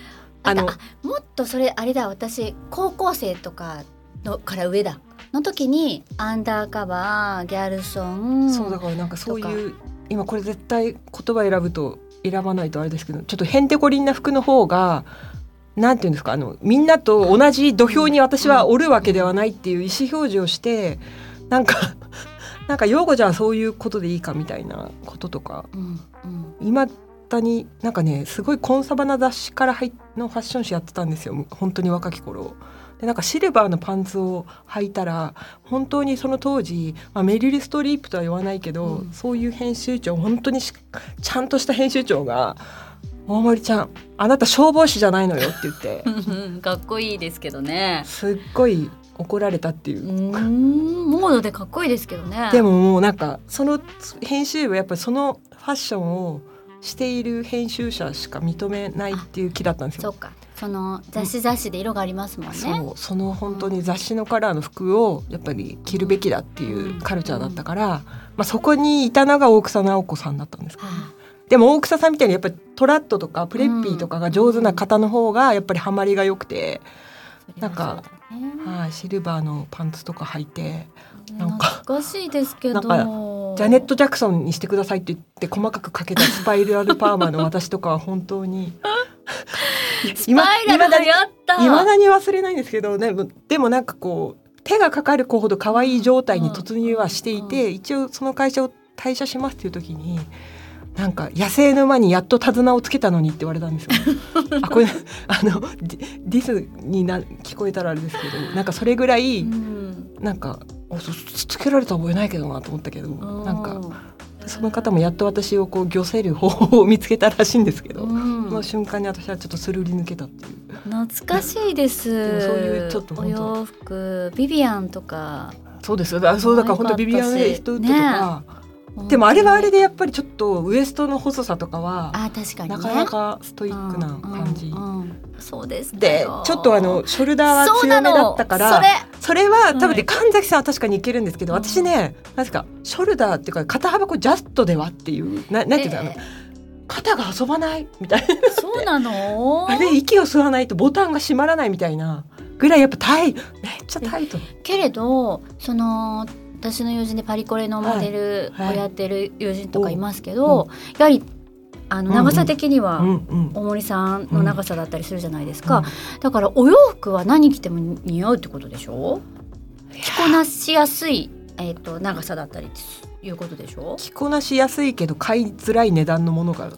あ
あ
の
の
もっとそれあれだ私高校生とかのから上だの時にアンダーカバーギャルソン
そうだからなんかそういう今これ絶対言葉選ぶと選ばないとあれですけどちょっとへんてこりんな服の方がなんていうんですかあのみんなと同じ土俵に私はおるわけではないっていう意思表示をしてなん かなんか陽子ちゃんはそういうことでいいかみたいなこととか
うんうん
今だになんかねすごいコンサバな雑誌から入っのファッション誌やってたんですよ本当に若き頃でなんかシルバーのパンツを履いたら本当にその当時、まあ、メリル・ストリープとは言わないけど、
うん
そういう編集長本当にしちゃんとした編集長が「大森ちゃんあなた消防士じゃないのよ」って言っ て
かっこいいですけどね。
すっごい怒られたっていうう。
ーんモードでかっこいいですけどね
でももうなんかその編集部はやっぱりそのファッションをしている編集者しか認めないっていう気だったんですよ
そうかその雑誌雑誌で色がありますもんね、
そうその本当に雑誌のカラーの服をやっぱり着るべきだっていうカルチャーだったから、まあ、そこにいたのが大草直子さんだったんですけどね、
は
でも大草さんみたいにやっぱりトラットとかプレッピーとかが上手な方の方がやっぱりハマりが良くて、
あ
なんか
それはそうだね
はいシルバーのパンツとか履いてなんか
懐かしいですけ
な
ど
んジャネット・ジャクソンにしてくださいって言って細かくかけたスパイラルパーマの私とかは本当に
スパイラル流行った。
いまだに忘れないんですけどでもでもなんかこう手がかかる子ほど可愛い状態に突入はしていて、一応その会社を退社しますっていう時になんか野生の馬にやっと手綱をつけたのにって言われた んですよ。あこれあのディディスにな聞こえたらあれですけどなんかそれぐらい
うん
なんかあそつつけられた覚えないけどなと思ったけどなんかその方もやっと私をこう漁せる方法を見つけたらしいんですけど、
うん
その瞬間に私はちょっとするり抜けたっていう
懐かしいです。
もそういうちょっと
お
本当
洋服ビビアンとか。
そうですよだそうだから本当
可愛かったし
ビビアン・エイストウッドとか、でもあれはあれでやっぱりちょっとウエストの細さとかは
あ確かにね
なかなかストイックな感じ、
うんうん
そうですよ。
でちょっとあのショルダーは
そ
強
うな
め
の
だったから
それ
それは多
は
分
い
で神崎さんは確かにいけるんですけど、
うん
私ねなんですかショルダーっていうか肩幅こうジャストではっていうななんていうんだろう、
え
肩が遊ばないみたいな
えそうなの
あれ息を吸わないとボタンが閉まらないみたいなぐらいやっぱタイめっちゃタイト
けれどその私の友人でパリコレのモデルを
はいはい
やってる友人とかいますけど、
おう
やはりあの
うんうん
長さ的には
うんうん
大森さんの長さだったりするじゃないですか、だからお洋服は何着ても似合うってことでしょ着こなしやすい、えー、と長さだったりっていうことでしょ
着こなしやすいけど買いづらい値段のものがある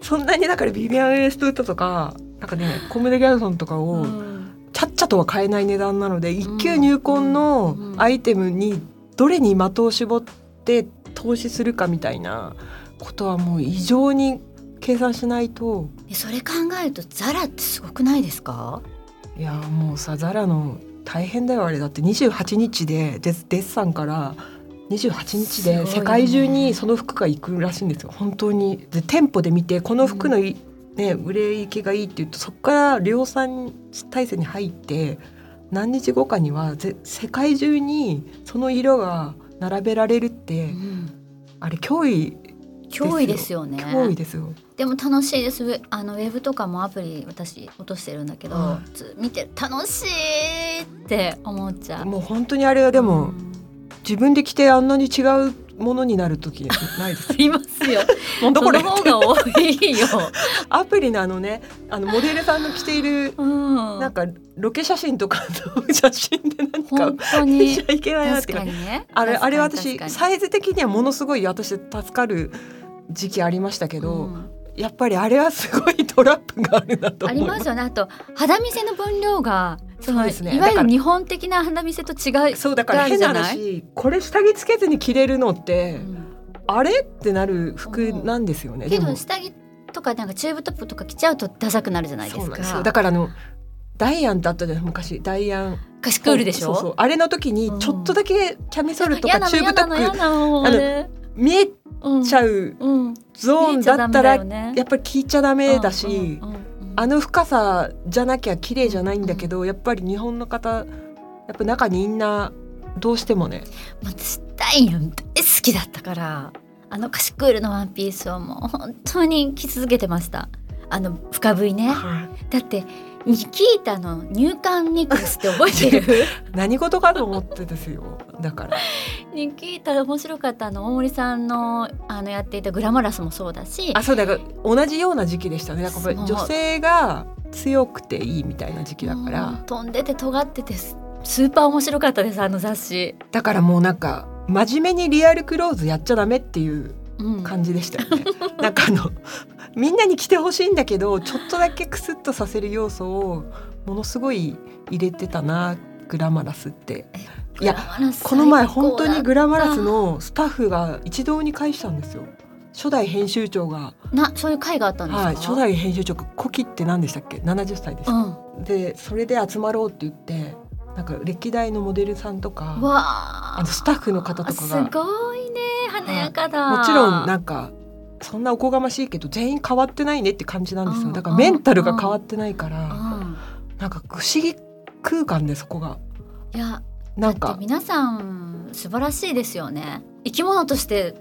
そんなにだからビビアン・エイストウッドとかなんかねコムデ・ギャルソンとかを、
うん
ちゃっちゃとは買えない値段なので一級
うん
入魂の
うん
アイテムにどれに的を絞って投資するかみたいなことはもう異常に計算しないと
えそれ考えるとザラってすごくないですか
いやもうさザラの大変だよあれだって28日でデスデッサンから28日
すごい
で
ね
世界中にその服が行くらしいんですよ本当に。で店舗で見てこの服のい、ね、売れ行きがいいって言うとそこから量産体制に入って何日後かにはぜ世界中にその色が並べられるって、
うん
あれ脅威
脅威ですよね
脅威ですよ。
でも楽しいですウェあのウェブとかもアプリ私落としてるんだけど、
は
つ見て楽しいって思っちゃう
もう本当にあれはで
う
も、
ん
自分で着てあんなに違うものになる時ないで す
あります よ
なんだこれ
その方が多い よ、
アプリのあのねあのモデルさんの着ている
うん、
なんかロケ写真とか の写真で何か
本当
しち
に
ゃいけないなっ
確
て
か
感じ
にね
あれ
確か
あ
に
れ私
確か
サイズ的にはものすごい私助かる時期ありましたけ
に
ど、
うん
やっぱりあれはすごいトラップがあるなと
あ
思
り
い
ま
ます
すよねあと肌見せの分量がその
そうですね
いわゆ
だ
る
から
日本的な肌見せと違う
そうだから変な
がある
話これ下着つけずに着れるのっ
う
て、
ん
あれってなる服なんですよね、
けど下着とかなんかチューブトップとか着ちゃうとダサくなるじゃないで
そう
す
なん
か
ですよだからあのダイアンってあったじゃん昔ダイアン
かしクールでしょ
そうそうあれの時
う
に
ん
ちょっとだけキャミソールと
嫌
か
なの
チューブト
嫌な
ッ
の
ク
嫌なのもうね
見え
うん
ちゃう
うん
ゾーンだったらやっぱり聞いちゃダメだし、
うんうんうんうん
あの深さじゃなきゃ綺麗じゃないんだけど、やっぱり日本の方やっぱ中にみんなどうしてもね
私ダイアン大好きだったからあのカシクールのワンピースをもう本当に着続けてましたあの深 V ねだってニキータの入管ネックレスって覚えてる
何事かと思ってですよだから
ニキータ面白かったあの大森さんのあのやっていたグラマラスもそうだし
あそうだから同じような時期でしたねだからやっぱり
そう
女性が強くていいみたいな時期だか
もう
ら
飛んでて尖っててススーパー面白かったですあの雑誌、
だからもうなんか真面目にリアルクローズやっちゃダメっていう
うん、
感じでしたよね。 なんかあのみんなに来てほしいんだけどちょっとだけクスッとさせる要素をものすごい入れてたなグラマラスって。いやこの前本当にグラマラスのスタッフが一堂に会したんですよ。初代編集長が、
なそういう会があったんですか、
はい、初代編集長がコキって何でしたっけ70歳です
う。ん、わ
でそれで集まろうって言ってなんか歴代のモデルさんとか
あ
あのスタッフの方とかが
すごいね華やかだ、
もちろんなんかそんなおこがましいけど全員変わってないねって感じなんです
うん
よだからメンタルが変わってないから
うん
なんか不思議空間でそこが
いやだ
なん
って
か
皆さん素晴らしいですよね生き物として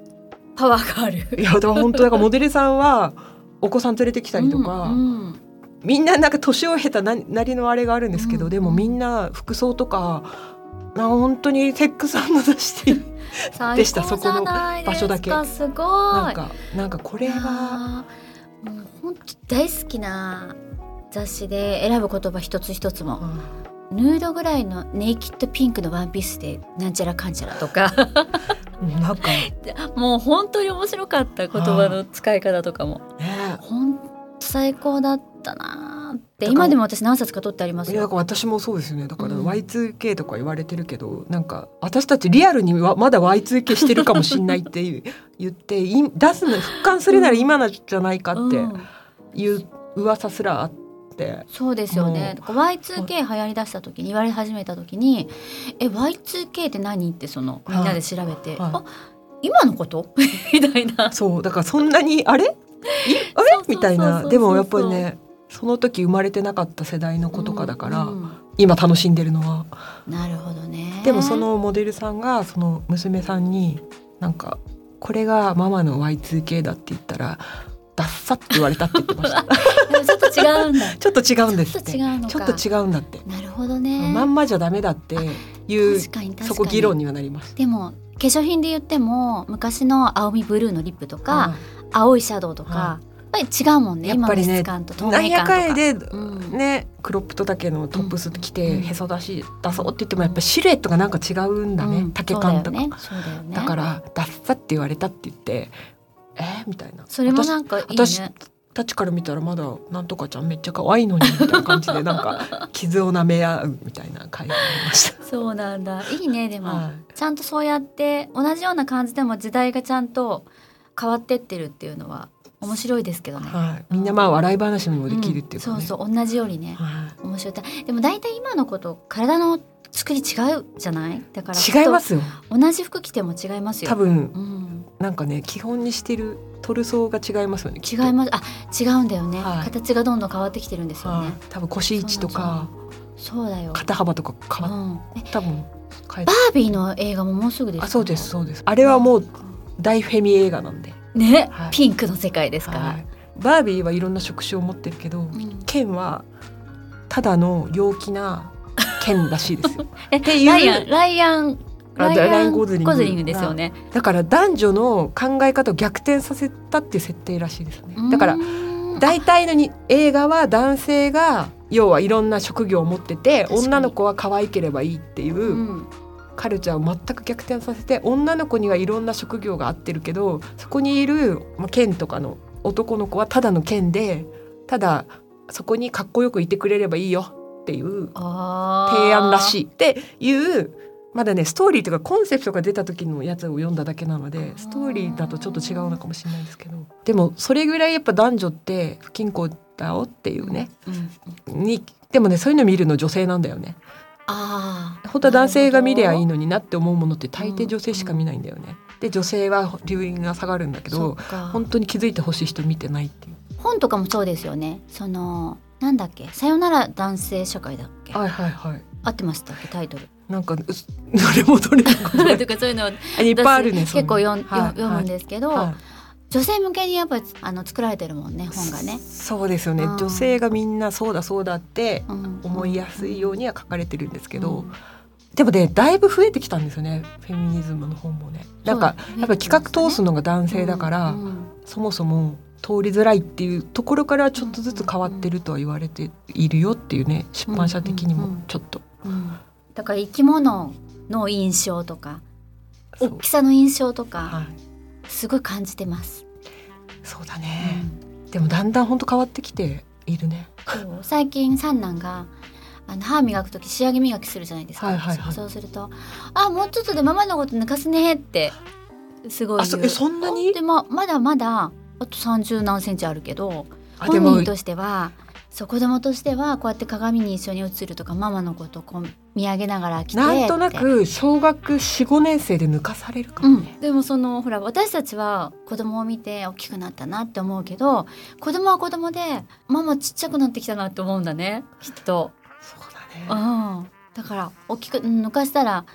パワーがある
いやだから本当だからモデルさんはお子さん連れてきたりとか、
うんうん
みんななんか年を経たななりのあれがあるんですけど、
うん
でもみんな服装とかなんか本当にセックスの 出してでした
最高じゃ
そこの
ないですか
場所だけ
すごい
なんかなんかこれは
あーもう本当大好きな雑誌で選ぶ言葉一つ一つも、ヌードぐらいのネイキッドピンクのワンピースでなんちゃらかんちゃらとか
なんかね
もう本当に面白かった言葉の使い方とかも。
ほんと最高だったなーって
だから
今でも私何冊か取ってありま
い
す
やなん
よ。
か私もそうですよねだから
うん
Y2K とか言われてるけど、なんか私たちリアルにはまだ Y2K してるかもしんないっていう 言ってい出すの復刊するなら今なんじゃないかっ
う
て
ん
いう噂すらあって、
そうですよね。だから Y2K 流行り出した時に言われ始めた時に「え Y2K って何?」ってそのみんなで調べて「
はい
あ今のこと? 」 みたいな。
そうだからそんなにあれ
そうそうそうそう
いあれみたいなでもやっぱりねその時生まれてなかった世代の子とかだから、
うん
今楽しんでるのは。
なるほどね。
でもそのモデルさんがその娘さんになんかこれがママの Y2K だって言ったらダッサって言われたって言ってました
でもちょっと違うんだ。
ちょっと違うんですっ
ちょっと違
て
うのか。
ちょっと違うんだって
なるほどね。
まんまじゃダメだっていう
確かに確かに。
そこ議論にはなります
でも化粧品で言っても昔の青みブルーのリップとか、青いシャドウとか、やっぱり違うもんね。
やっぱりね
今の質感と
う
透
んなん
明
や
感と
かん
か。
やで
うん
ねクロップと丈のトップス着
う
て
ん
へそ出し出そうって言ってもやっぱシルエットがなんか違うんだ
う
ね
ん
丈感とか
そうだよねそうだよね
だからダッサって言われたって言ってえーみたいな
それもなんかいい
私
ね
たちから見たらまだなんとかちゃんめっちゃ可愛いのにみたいな感じでなんか傷を舐め合うみたいな会話があり ました。
そうなんだいいねでも、
はい
ちゃんとそうやって同じような感じでも時代がちゃんと変わってってるっていうのは面白いですけどね、
はい、みんなまあ笑い話にもできるっていうかね。
んそうそう同じよりね
は
面白いたでも大体今のこと体の作り違うじゃないだから
い違いますよ。
同じ服着ても違いますよ
多分
うん、
なんかね基本にしてるトルソーが違いますよね。きっと
違いますあ違うんだよね、
はい
形がどんどん変わってきてるんですよ
は
ね、
い多分腰位置とか
そうだよ、
肩幅とか
う
変わっ
ん、え
多分変え
バービーの映画ももうすぐですか
あそうですそうです。あれはもう大フェミ映画なんで。
ね、
はい
ピンクの世界ですから、
はいバービーはいろんな職種を持ってるけど、
うん
剣はただの陽気な剣らし いですよ
え
ていう
ライアンライアン
あ
ライ
ライ
ア
ア
ン
ンゴズリング
ゴズリングですよね
だから男女の考え方を逆転させたっていう設定らしいですねだから
うーん
大体のに映画は男性が要はいろんな職業を持ってて
確かに
女の子は可愛ければいいっていううんカルチャーを全く逆転させて女の子にはいろんな職業が合ってるけどそこにいる、まあ、剣とかの男の子はただの剣でただそこにかっこよくいてくれればいいよっていう提
提
案らし
い
いっていうまだねストーリーとかコンセプトが出た時のやつを読んだだけなのでストーリーだとちょっと違うのかもしれないですけどでもそれぐらいやっぱ男女って不均衡だよっていうね、にでもねそういうの見るの女性なんだよね
ああ
本当は男性が見りゃいい
の
のになって思うものって大抵女性しか見ないんだよねで女性は留飲が下がるんだけど本当に気づいてほしい人見てないっていう
本とかもそうですよねそのなんだっけさよなら男性社会だっけ
いはいはい
合ってましたっけタイ トル
なんかうすどれもどれも
とかそういうの私
いっぱいあるね
結構読ん
はい
読むんですけど、
はい
女性向けにやっぱりあの作られてるもんね本がね、
そうですよね
うん
女性がみんなそうだそうだって
うん
思いやすいようには書かれてるんですけど、
うん
でもねだいぶ増えてきたんですよねフェミニズムの本もねなんか
そう
やっぱり企画通すのが男性だから、
うんうん
そもそも通りづらいっていうところからちょっとずつ変わってるとは言われているよっていうね出版社的に
うんうんう
も
ん
ちょっと、
うんだから生き物の印象とか
そ
大
う
きさの印象とか
はい
すごい感じてます、
そうだね、でもだんだん本当変わってきているね
そう最近三男があの歯磨く時仕上げ磨きするじゃないですか、
はいはいはい
そうすると「あもうちょっとでママのこと抜かすね」ってすごい
あそ
言う
えそんなに
あでもまだまだあと三十何センチあるけど
あで
本
も
人としてはそう子供としてはこうやって鏡に一緒に映るとかママのことをこう見上げながら来て
なんとな
って
く小学45年生で抜かされるか
う
もね、
ん、でもそのほら私たちは子供を見て大きくなったなって思うけど子供は子供でママちっちゃくなってきたなって思うんだねきっと、
そう
う
だね
ん、だから大きくうん抜かしたら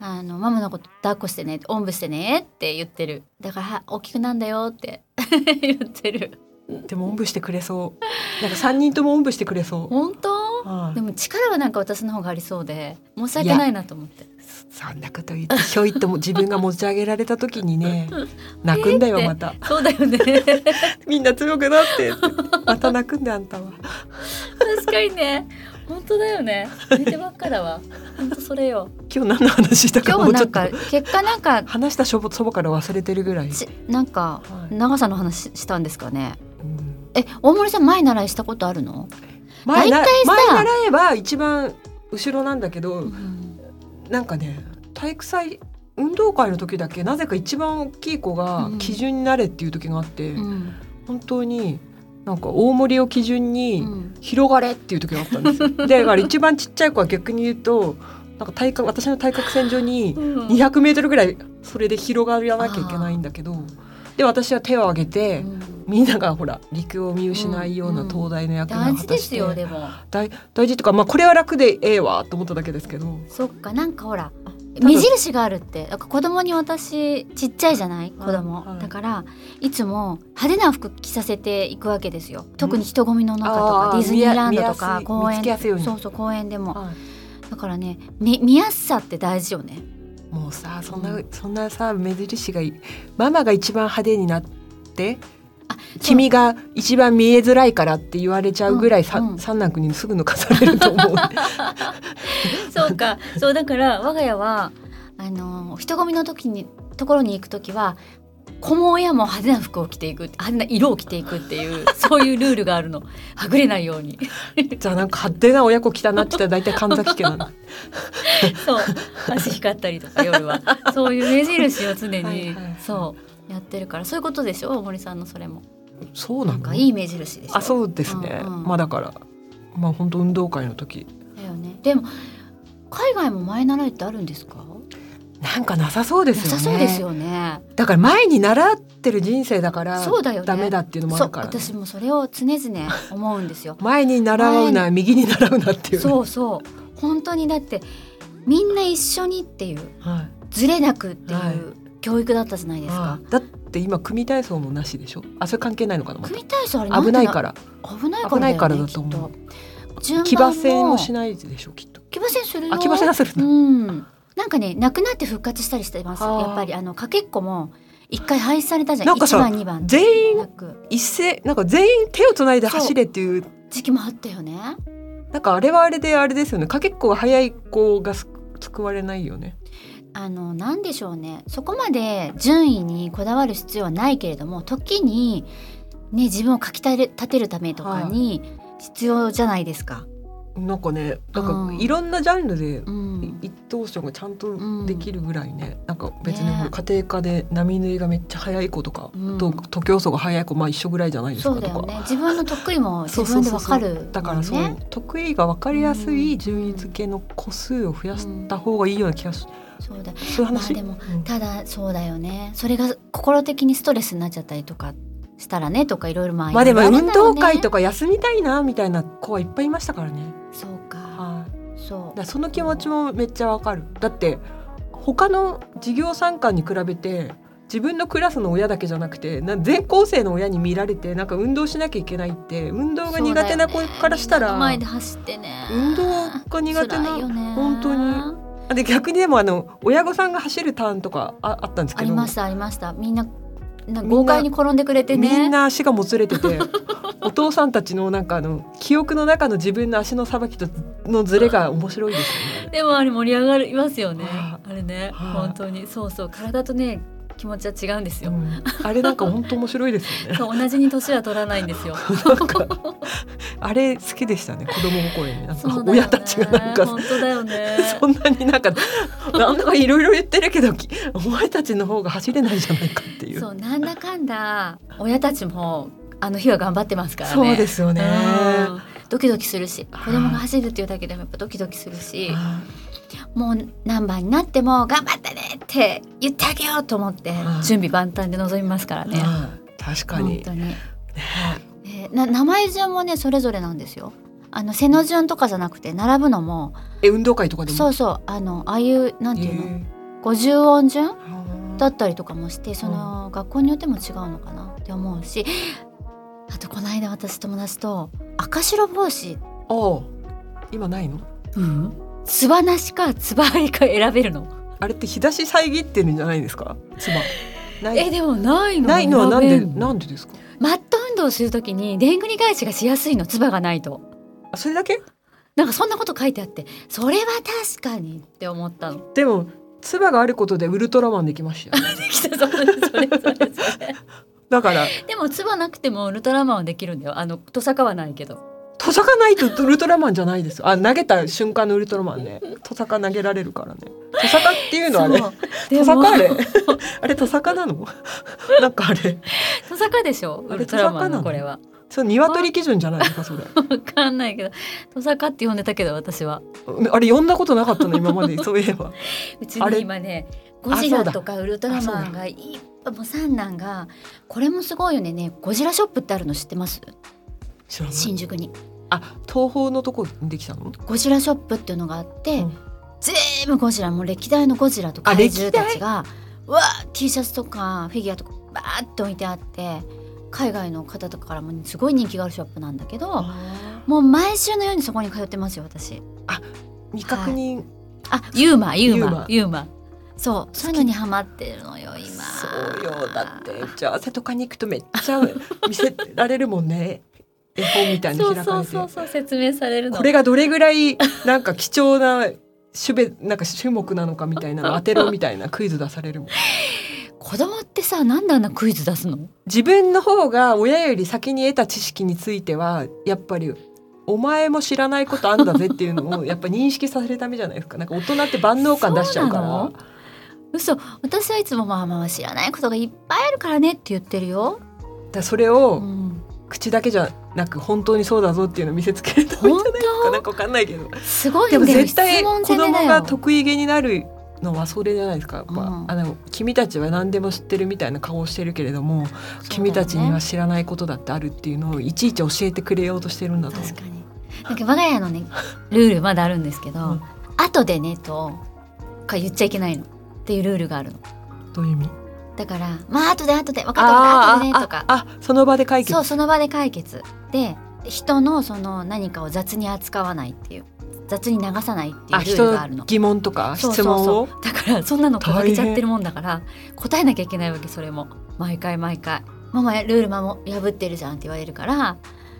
あのママのこと抱っこしてねおんぶしてねって言ってるだからは大きくなんだよって 言ってる
でもおんぶしてくれそうなんか3人ともおんぶしてくれそう、
本当
はい
でも力はなんか私の方がありそうで申し訳ないなと思って
そんなこと言ってひょいっとも自分が持ち上げられた時にね泣くんだよまた
そうだよね
みんな強くなってまた泣くんであんたは
確かにね
本当だよね寝てばっかだわ本当それよ
今日何の話した
今
か
日
も
は
う
な
ちょっ
ん
と
か結果なんか
話したしょぼそばから忘れてるぐらい、
ちなんか
はい
長さの話したんですかね
うん
え大森さん前習いしたことあるの、
前な
大体さ
前習えば一番後ろなんだけど、なんかね体育祭運動会の時だけなぜか一番大きい子が
うん
基準になれっていう時があって、
うん
本当になんか大盛りを基準
う
に、
ん
広がれっていう時があったんですよ。 でだから一番ちっちゃい子は逆に言うとなんか体格私の対角線上に
うん
200メートルぐらいそれで広がらなきゃいけないんだけどで私は手を挙げて、
うん
みんながほら陸を見失いような東大の役目
大
を
事
果
で
たし
す
て、
よでも
大大事とか、まあ、これは楽でええわと思っただけですけど
そっかなんかほら
だ
目印があるってなんか子供に私ちっちゃいじゃない子供、
はいはい
だからいつも派手な服着させていくわけですよ特に人混みの中とか
あ
デ
ー
ィズニーランドとか
見や
公園
見つけやすいように
そうそう公園でもだからねみ見やすさって大事よね
もうさそんな、
うん
そんなさ目印がいいママが一番派手になって
あ
君が一番見えづらいからって言われちゃうぐらいさ、
うんうん
三男君にすぐ抜かされると 思う
そうかそうだから
我が家はあの人混みの時にところに行く時は子も親も派手な服を着ていく派手な色を着ていくっていうそういうルールがあるのはぐれないように
じゃあなんか派手な親子来たなって言ったら大体神崎家な の
そう足光ったりとか夜はそういう目印を常に
はいはい
そうやってるからそういうことでしょ大森さんのそれも
そう
な
なんの
かいい目印でしょ
あそうですね、
うんうん
まあだからまあ本当運動会の時
だよねでも海外も前習いってあるんですか
なんかなさそうで
な
すよね
さそうですよね
だから前に習ってる人生だから
そうだよね
ダメだっていうのもあ
そう
るからね、
私もそれを常々思うんですよ
前に習うな右に習うなっていうね
そうそう本当にだってみんな一緒にっていう
はい
ずれなくってい
はいう
教育だったじゃないです
あ
か。
あだって今組体操もなしでしょあそれ関係ないのかな、また
組体操あれん
危
で
ないから
危ないから
危ないから
だよ
だ
ね
と思う
きっと順番も
騎馬戦もしないでしょきっと
騎馬戦するよ
あ騎馬戦はする
う
の、
んなんかねなくなって復活したりしてます
あー
やっぱりあのかけっこも一回廃止されたじゃん
なんかさ
1番2番
全員
なく
一斉なんか全員手をつないで走れっていう
時期もあったよね
なんかあれはあれであれですよねかけっこが早い子がす救われないよね
あのなんでしょうねそこまで順位にこだわる必要はないけれども時にね自分をかきたてる立てるためとかに必要じゃないですか、
なんかねなん
う
か
ん
いろんなジャンルで
うん、
一等賞がちゃんとできるぐらいね、なんか別に
ね
ほら家庭科で波縫いがめっちゃ早い子とか、
うん
と徒競走が早い子まあ一緒ぐらいじゃないです
そ
か
うだよ
とか
ね自分の得意 も自
そうそ
分
う
で
そう
わ
そ
か
う
るもんね
だからそう、得意が分かりやすい順位付けの個数を増やした方がいいような気がし、
そうだ
そういう
まあ
話、
でも
うん
ただそうだよねそれが心的にストレスになっちゃったりとかしたらねとかいろいろまあ
まあでも
いろいろあ
運
るんだろう
動
ね
会とか休みたいなみたいな子はいっぱいいましたからね、
そうか
はい
そ
だからその気持ちもめっちゃわかるだって他の授業参観に比べて自分のクラスの親だけじゃなくてな全校生の親に見られてなんか運動しなきゃいけないって運動が苦手な子から
う
した
みんなの
ら、
前で走ってね
運動が苦手
辛いよ
な
ね
本当にで逆にでもあの親御さんが走るターンとかああったんです
あ
け
り
ど
ましたありましたみんなな
みんな
豪快に転んでくれてね
みんな足がもつれて てお父さんたちのなんかあの記憶の中の自分の足のさばきとのズレが面白いですよね。
でもあれ盛り上がりますよね
は
あれね
はい
本当にそうそう体とね気持ちは違うんです
う
よ、
んあれなんか本当面白いですよね。
そう同じに年は取らないんですよ
なんかあれ好きでしたね子供心になん
そ
か
うだよね
親たちがなんか
本当だよね
そんなになんかなんだかいろいろ言ってるけどきお前たちの方が走れないじゃないかっていう。
そうなんだかんだ親たちもあの日は頑張ってますからね
そうですよね。
うんドキドキするし子供が走るっていうだけでもやっぱドキドキするし
あ
もう何番になっても頑張ってねって言ってあげようと思って
はい
準備万端で臨みますから
ー
ね
あー確か
本
に。
当に、
ね
えーな名前順もねそれぞれなんですよあの背の順とかじゃなくて並ぶのも
え運動会とかでも。
そううそうあのああいうなん
え
ていうの
ー
五十音順だ
あ
ったりとかもしてその学校によっても違うのかなって思うしあとこの間私友達と赤白帽子
ー今ないの？
うん
つばなしかつばありか選べるの
あれって日差し遮ってるんじゃないですか？つば。な
え
い
でもないの
ないのはなんで
選べ
なんでですか？
マット運動をするときにでんぐり返しがしやすいのつばがないと
あそれだけ？
なんかそんなこと書いてあってそれは確かにって思ったの。
でも唾があることでウルトラマンできましたよ、ね、
できたそれそれそれそれ
だから
でも唾なくてもウルトラマンはできるんだよあのトサカはないけど。
トサカないとウルトラマンじゃないですあ投げた瞬間のウルトラマンねトサカ投げられるからねトサカっていうのはね
そうで
ト
も
サカあれあれトサカなの なんかあれ
トサカでしょ
あれ
ウルトラマン
トサカな
の
の
これは。
それ鶏基準じゃないですかそれ
わかんないけどトサカって呼んでたけど私は。
あれ呼んだことなかったの今までそういえば
うち
あれ
に今ねゴジラとかウルトラマンがいっぱいもう三男がこれもすごいよねねゴジラショップってあるの知ってます
知らない
新宿に
あ東宝のとこにできたの
ゴジラショップっていうのがあって、
うん
全部ゴジラもう歴代のゴジラと
あ
怪
歴代
獣たちがわー T シャツとかフィギュアとかバーって置いてあって海外の方とかからもすごい人気があるショップなんだけどもう毎週のようにそこに通ってますよ私
未確認、
あ
ユーマユーマ
ユ
ユーマ
そうそういうのにハマってるのよ今
そうよだって打ち合わせとかに行くとめっちゃ見せられるも んね絵本みたいに
そう
開か
そう
れて
そうそう説明されるの
これがどれぐらいなんか貴重な種別なんか種目なのかみたいなの当てろみたいなクイズ出されるもん
子供ってさなんであんなクイズ出すの
自分の方が親より先に得た知識についてはやっぱりお前も知らないことあんだぜっていうのをやっぱ認識させるためじゃないですかなんか大人って万能感出しちゃうか
そうな
ら
の嘘
私はいつもまあまあ知らないことがいっぱいあるからねって言ってるよ、
だからそれ
う
を
ん、
口だけじゃなく本当にそうだぞっていうのを見せつけるためじゃないですかなんかわかんないけど
すごい
で
ん
も
だよ
絶対
質問
子
攻め
供
だよ
が得意げになるのはそれじゃないですかやっぱ、
うん
あの君たちは何でも知ってるみたいな顔をしてるけれども、君たちには知らないことだってあるっていうのをいちいち教えてくれようとしてるんだと思う
確かに
なんか我が家のねルールまだあるんですけど、
うん
後でねとか言っちゃいけないのっていうルールがあるの
どういう意味
だからまあ後で後で分かった分かった
あ
後でね
ー
とか
あああその場で解決
そうその場で解決で人のその何かを雑に扱わないっていう雑に流さないっていう
あ
ルール
人
がある
の
の
疑問とか
そうそ
質
うそう
問を
だからそんなの掲げちゃってるもんだから答えなきゃいけないわけそれも毎回毎回
ママルール守破ってるじゃんって言われるから、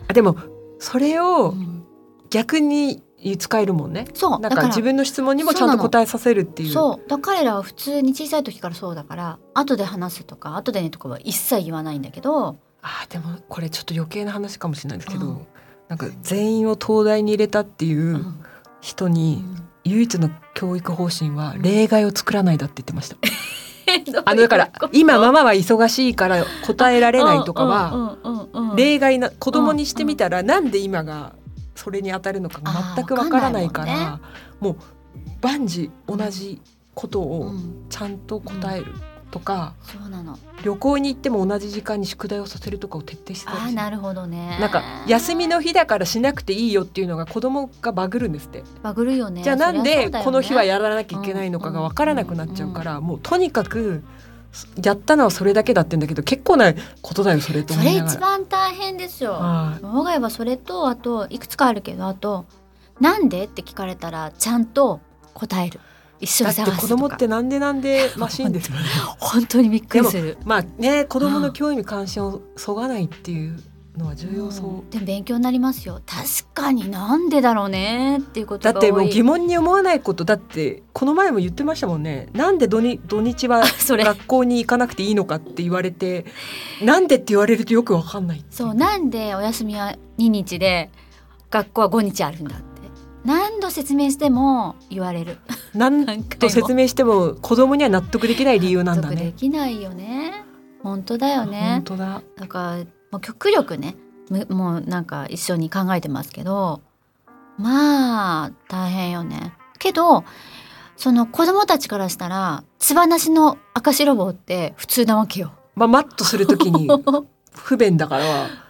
あでもそれを
うん
逆に使えるもんね
そうだ
なん
か
から自分の質問にもちゃ
そ
ん
うな
と
の
答えさせるっていう
そうだから彼らは普通に小さい時からそうだから後で話すとか後でねとかは一切言わないんだけど
あーでもこれちょっと余計な話かもしれないですけど、
うん
なんか全員を東大に入れたっていうん人に唯一の教育方針は例外を作らないだって言ってました。あの だから今ママは忙しいから答えられないとかは
うんうんうんうん
例外な子供にしてみたらなんで今がそれに当たるのかが全くわからないか
あー
らもう万事同じこと
う
を
ん
ちゃんと答えるとか
そうなの
旅行に行っても同じ時間に宿題をさせるとかを徹底してたん
あ
で
ー
すよ
なるほどね
なんか休みの日だからしなくていいよっていうのが子供がバグるんですって、
バグるよね
じゃあなん
そり
で
そうだよね
この日はやらなきゃいけないのかが分からなくなっちゃうからもうとにかくやったのはそれだけだってんだけど結構なことだよそれと
そ
思い
れ
ながら
一番大変ですよ
はい
我が家はそれとあといくつかあるけどあと「なんで?」って聞かれたらちゃんと答える一緒
だ
に
って
探す
子
と
供
か
ってなんでなんでマシン ですよね
本当にびっくりする
まあね子供の興味関心をそがないっていうのは重要そう、
うんでも勉強になりますよ確かになんでだろうねっていうこと
だ
が
っ
多い
てもう疑問に思わないことだってこの前も言ってましたもんねなんで土日土 日は
それ
学校に行かなくていいのかって言われてなんでって言われるとよくわかんないってい
そうなんでお休みは2日で学校は5日あるんだって何度説明しても言わ れる
なん
何回
と
も
説明しても子供には納得できない理由なんだ
納得で
ね
きないよね本当だよ
本
ね
当だ
だからもう極力ねむもうなんか一緒に考えてますけどまあ大変よねけどその子供たちからしたらつばなしの赤白帽って普通なわけよ
まあマッとするとき に不便だから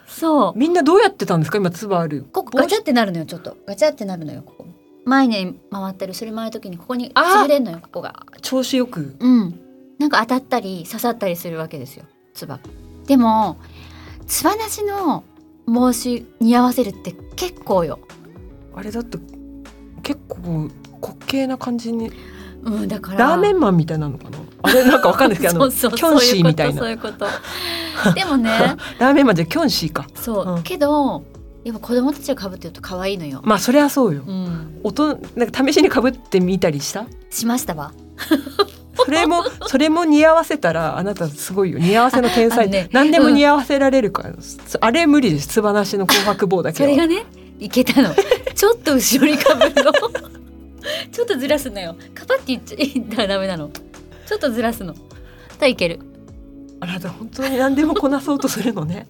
そう
みんなどうやってたんですか今つばある
ここガチャってなるのよちょっとガチャってなるのよここ前に回ってるすり回る時にここに
あー
潰れんのよここが
調子よく
うん、なんか当たったり刺さったりするわけですよつばでもつばなしの帽子に合わせるって結構よ、
あれだって結構滑稽な感じに
うん、だから
ラーメンマンみたいなのかなあれなんかわかんないで すけどあのキョンシーみたいな
そういうことそういうことでもね
ラーメンマンじゃキョンシーか
そう、
うん
けどやっぱ子供たちをかぶってると可愛いのよ。
まあそりゃそうよ
うん、
音なんか試しにかぶってみたりした
しましたわ
それもそれも似合わせたらあなたすごいよ似合わせの天
あ
才、
のね
何でも似合わせられるから、そあれ無理ですつばなしの紅白棒だけ
そ
は
れがねいけたのちょっと後ろにかぶるの ちょっとずらすのよカパって言っちゃいったらダメなのちょっとずらすのといける
あなた本当に何でもこなそうとする のね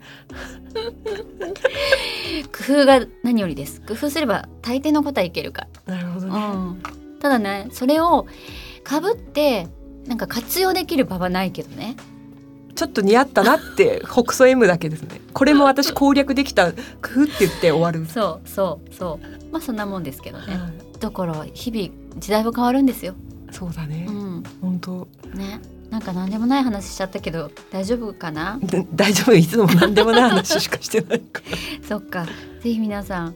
工夫が何よりです工夫すれば大抵のことはいけるか
なるほどね、
ら、うん、ただねそれをかぶってなんか活用できる場はないけどね
ちょっと似合ったなって北総 M だけですねこれも私攻略できた工夫って言って終わる、
そうそうそうまあそんなもんですけどね
は
だから日々時代は変わるんですよ、
いそうだね、
うん、
本当
ねなんか何でもない話しちゃったけど大丈夫か な
で大丈夫いつも何でもない話しかしてないか ら
そっか。ぜひ皆さん、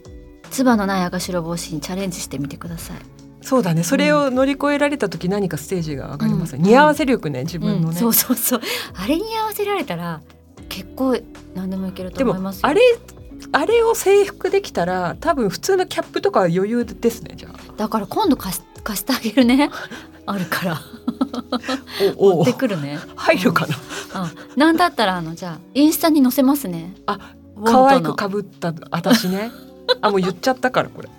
つばのない赤白帽子にチャレンジしてみてください。
そうだねそれを乗り越えられた時何かステージが上がりますね、
うん
似合わせ力ね自分の
うん
ね、
そうそうそう。あれに合わせられたら結構何でもいけると
で
思いま
も
すよ。
あれあれを制服できたら多分普通のキャップとかは余裕ですねじゃあ
だから今度貸し貸してあげる ね。あるから
お
持
お
ってくるね。
入るかな
あ、なんだったらあのじゃあインスタに載せますね。
あ
ウォントの
可愛くかぶった私ねあもう言っちゃったからこれ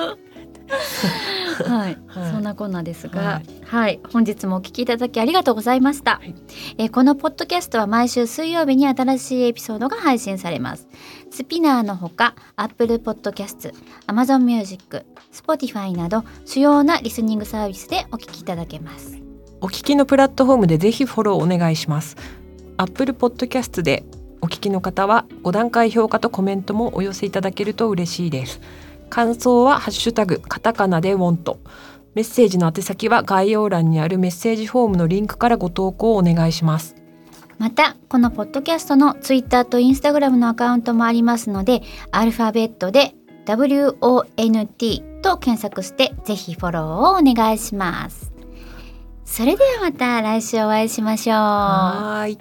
はい、
はい
そんなこんなですが、は
はいい、
本日もお聞きいただきありがとうございました、
はい
えーこのポッドキャストは毎週水曜日に新しいエピソードが配信されます。スピナーのほか、Apple Podcast、Amazon Music、Spotify など主要なリスニングサービスでお聞きいただけます。
お聞きのプラットフォームでぜひフォローお願いします。Apple Podcast でお聞きの方は5段階評価とコメントもお寄せいただけると嬉しいです。感想はハッシュタグカタカナでウォント。メッセージの宛先は概要欄にあるメッセージフォームのリンクからご投稿をお願いします。
また、このポッドキャストの Twitter と Instagram のアカウントもありますので、アルファベットで WONT と検索して、ぜひフォローをお願いします。それではまた来週お会いしましょう。
はーい。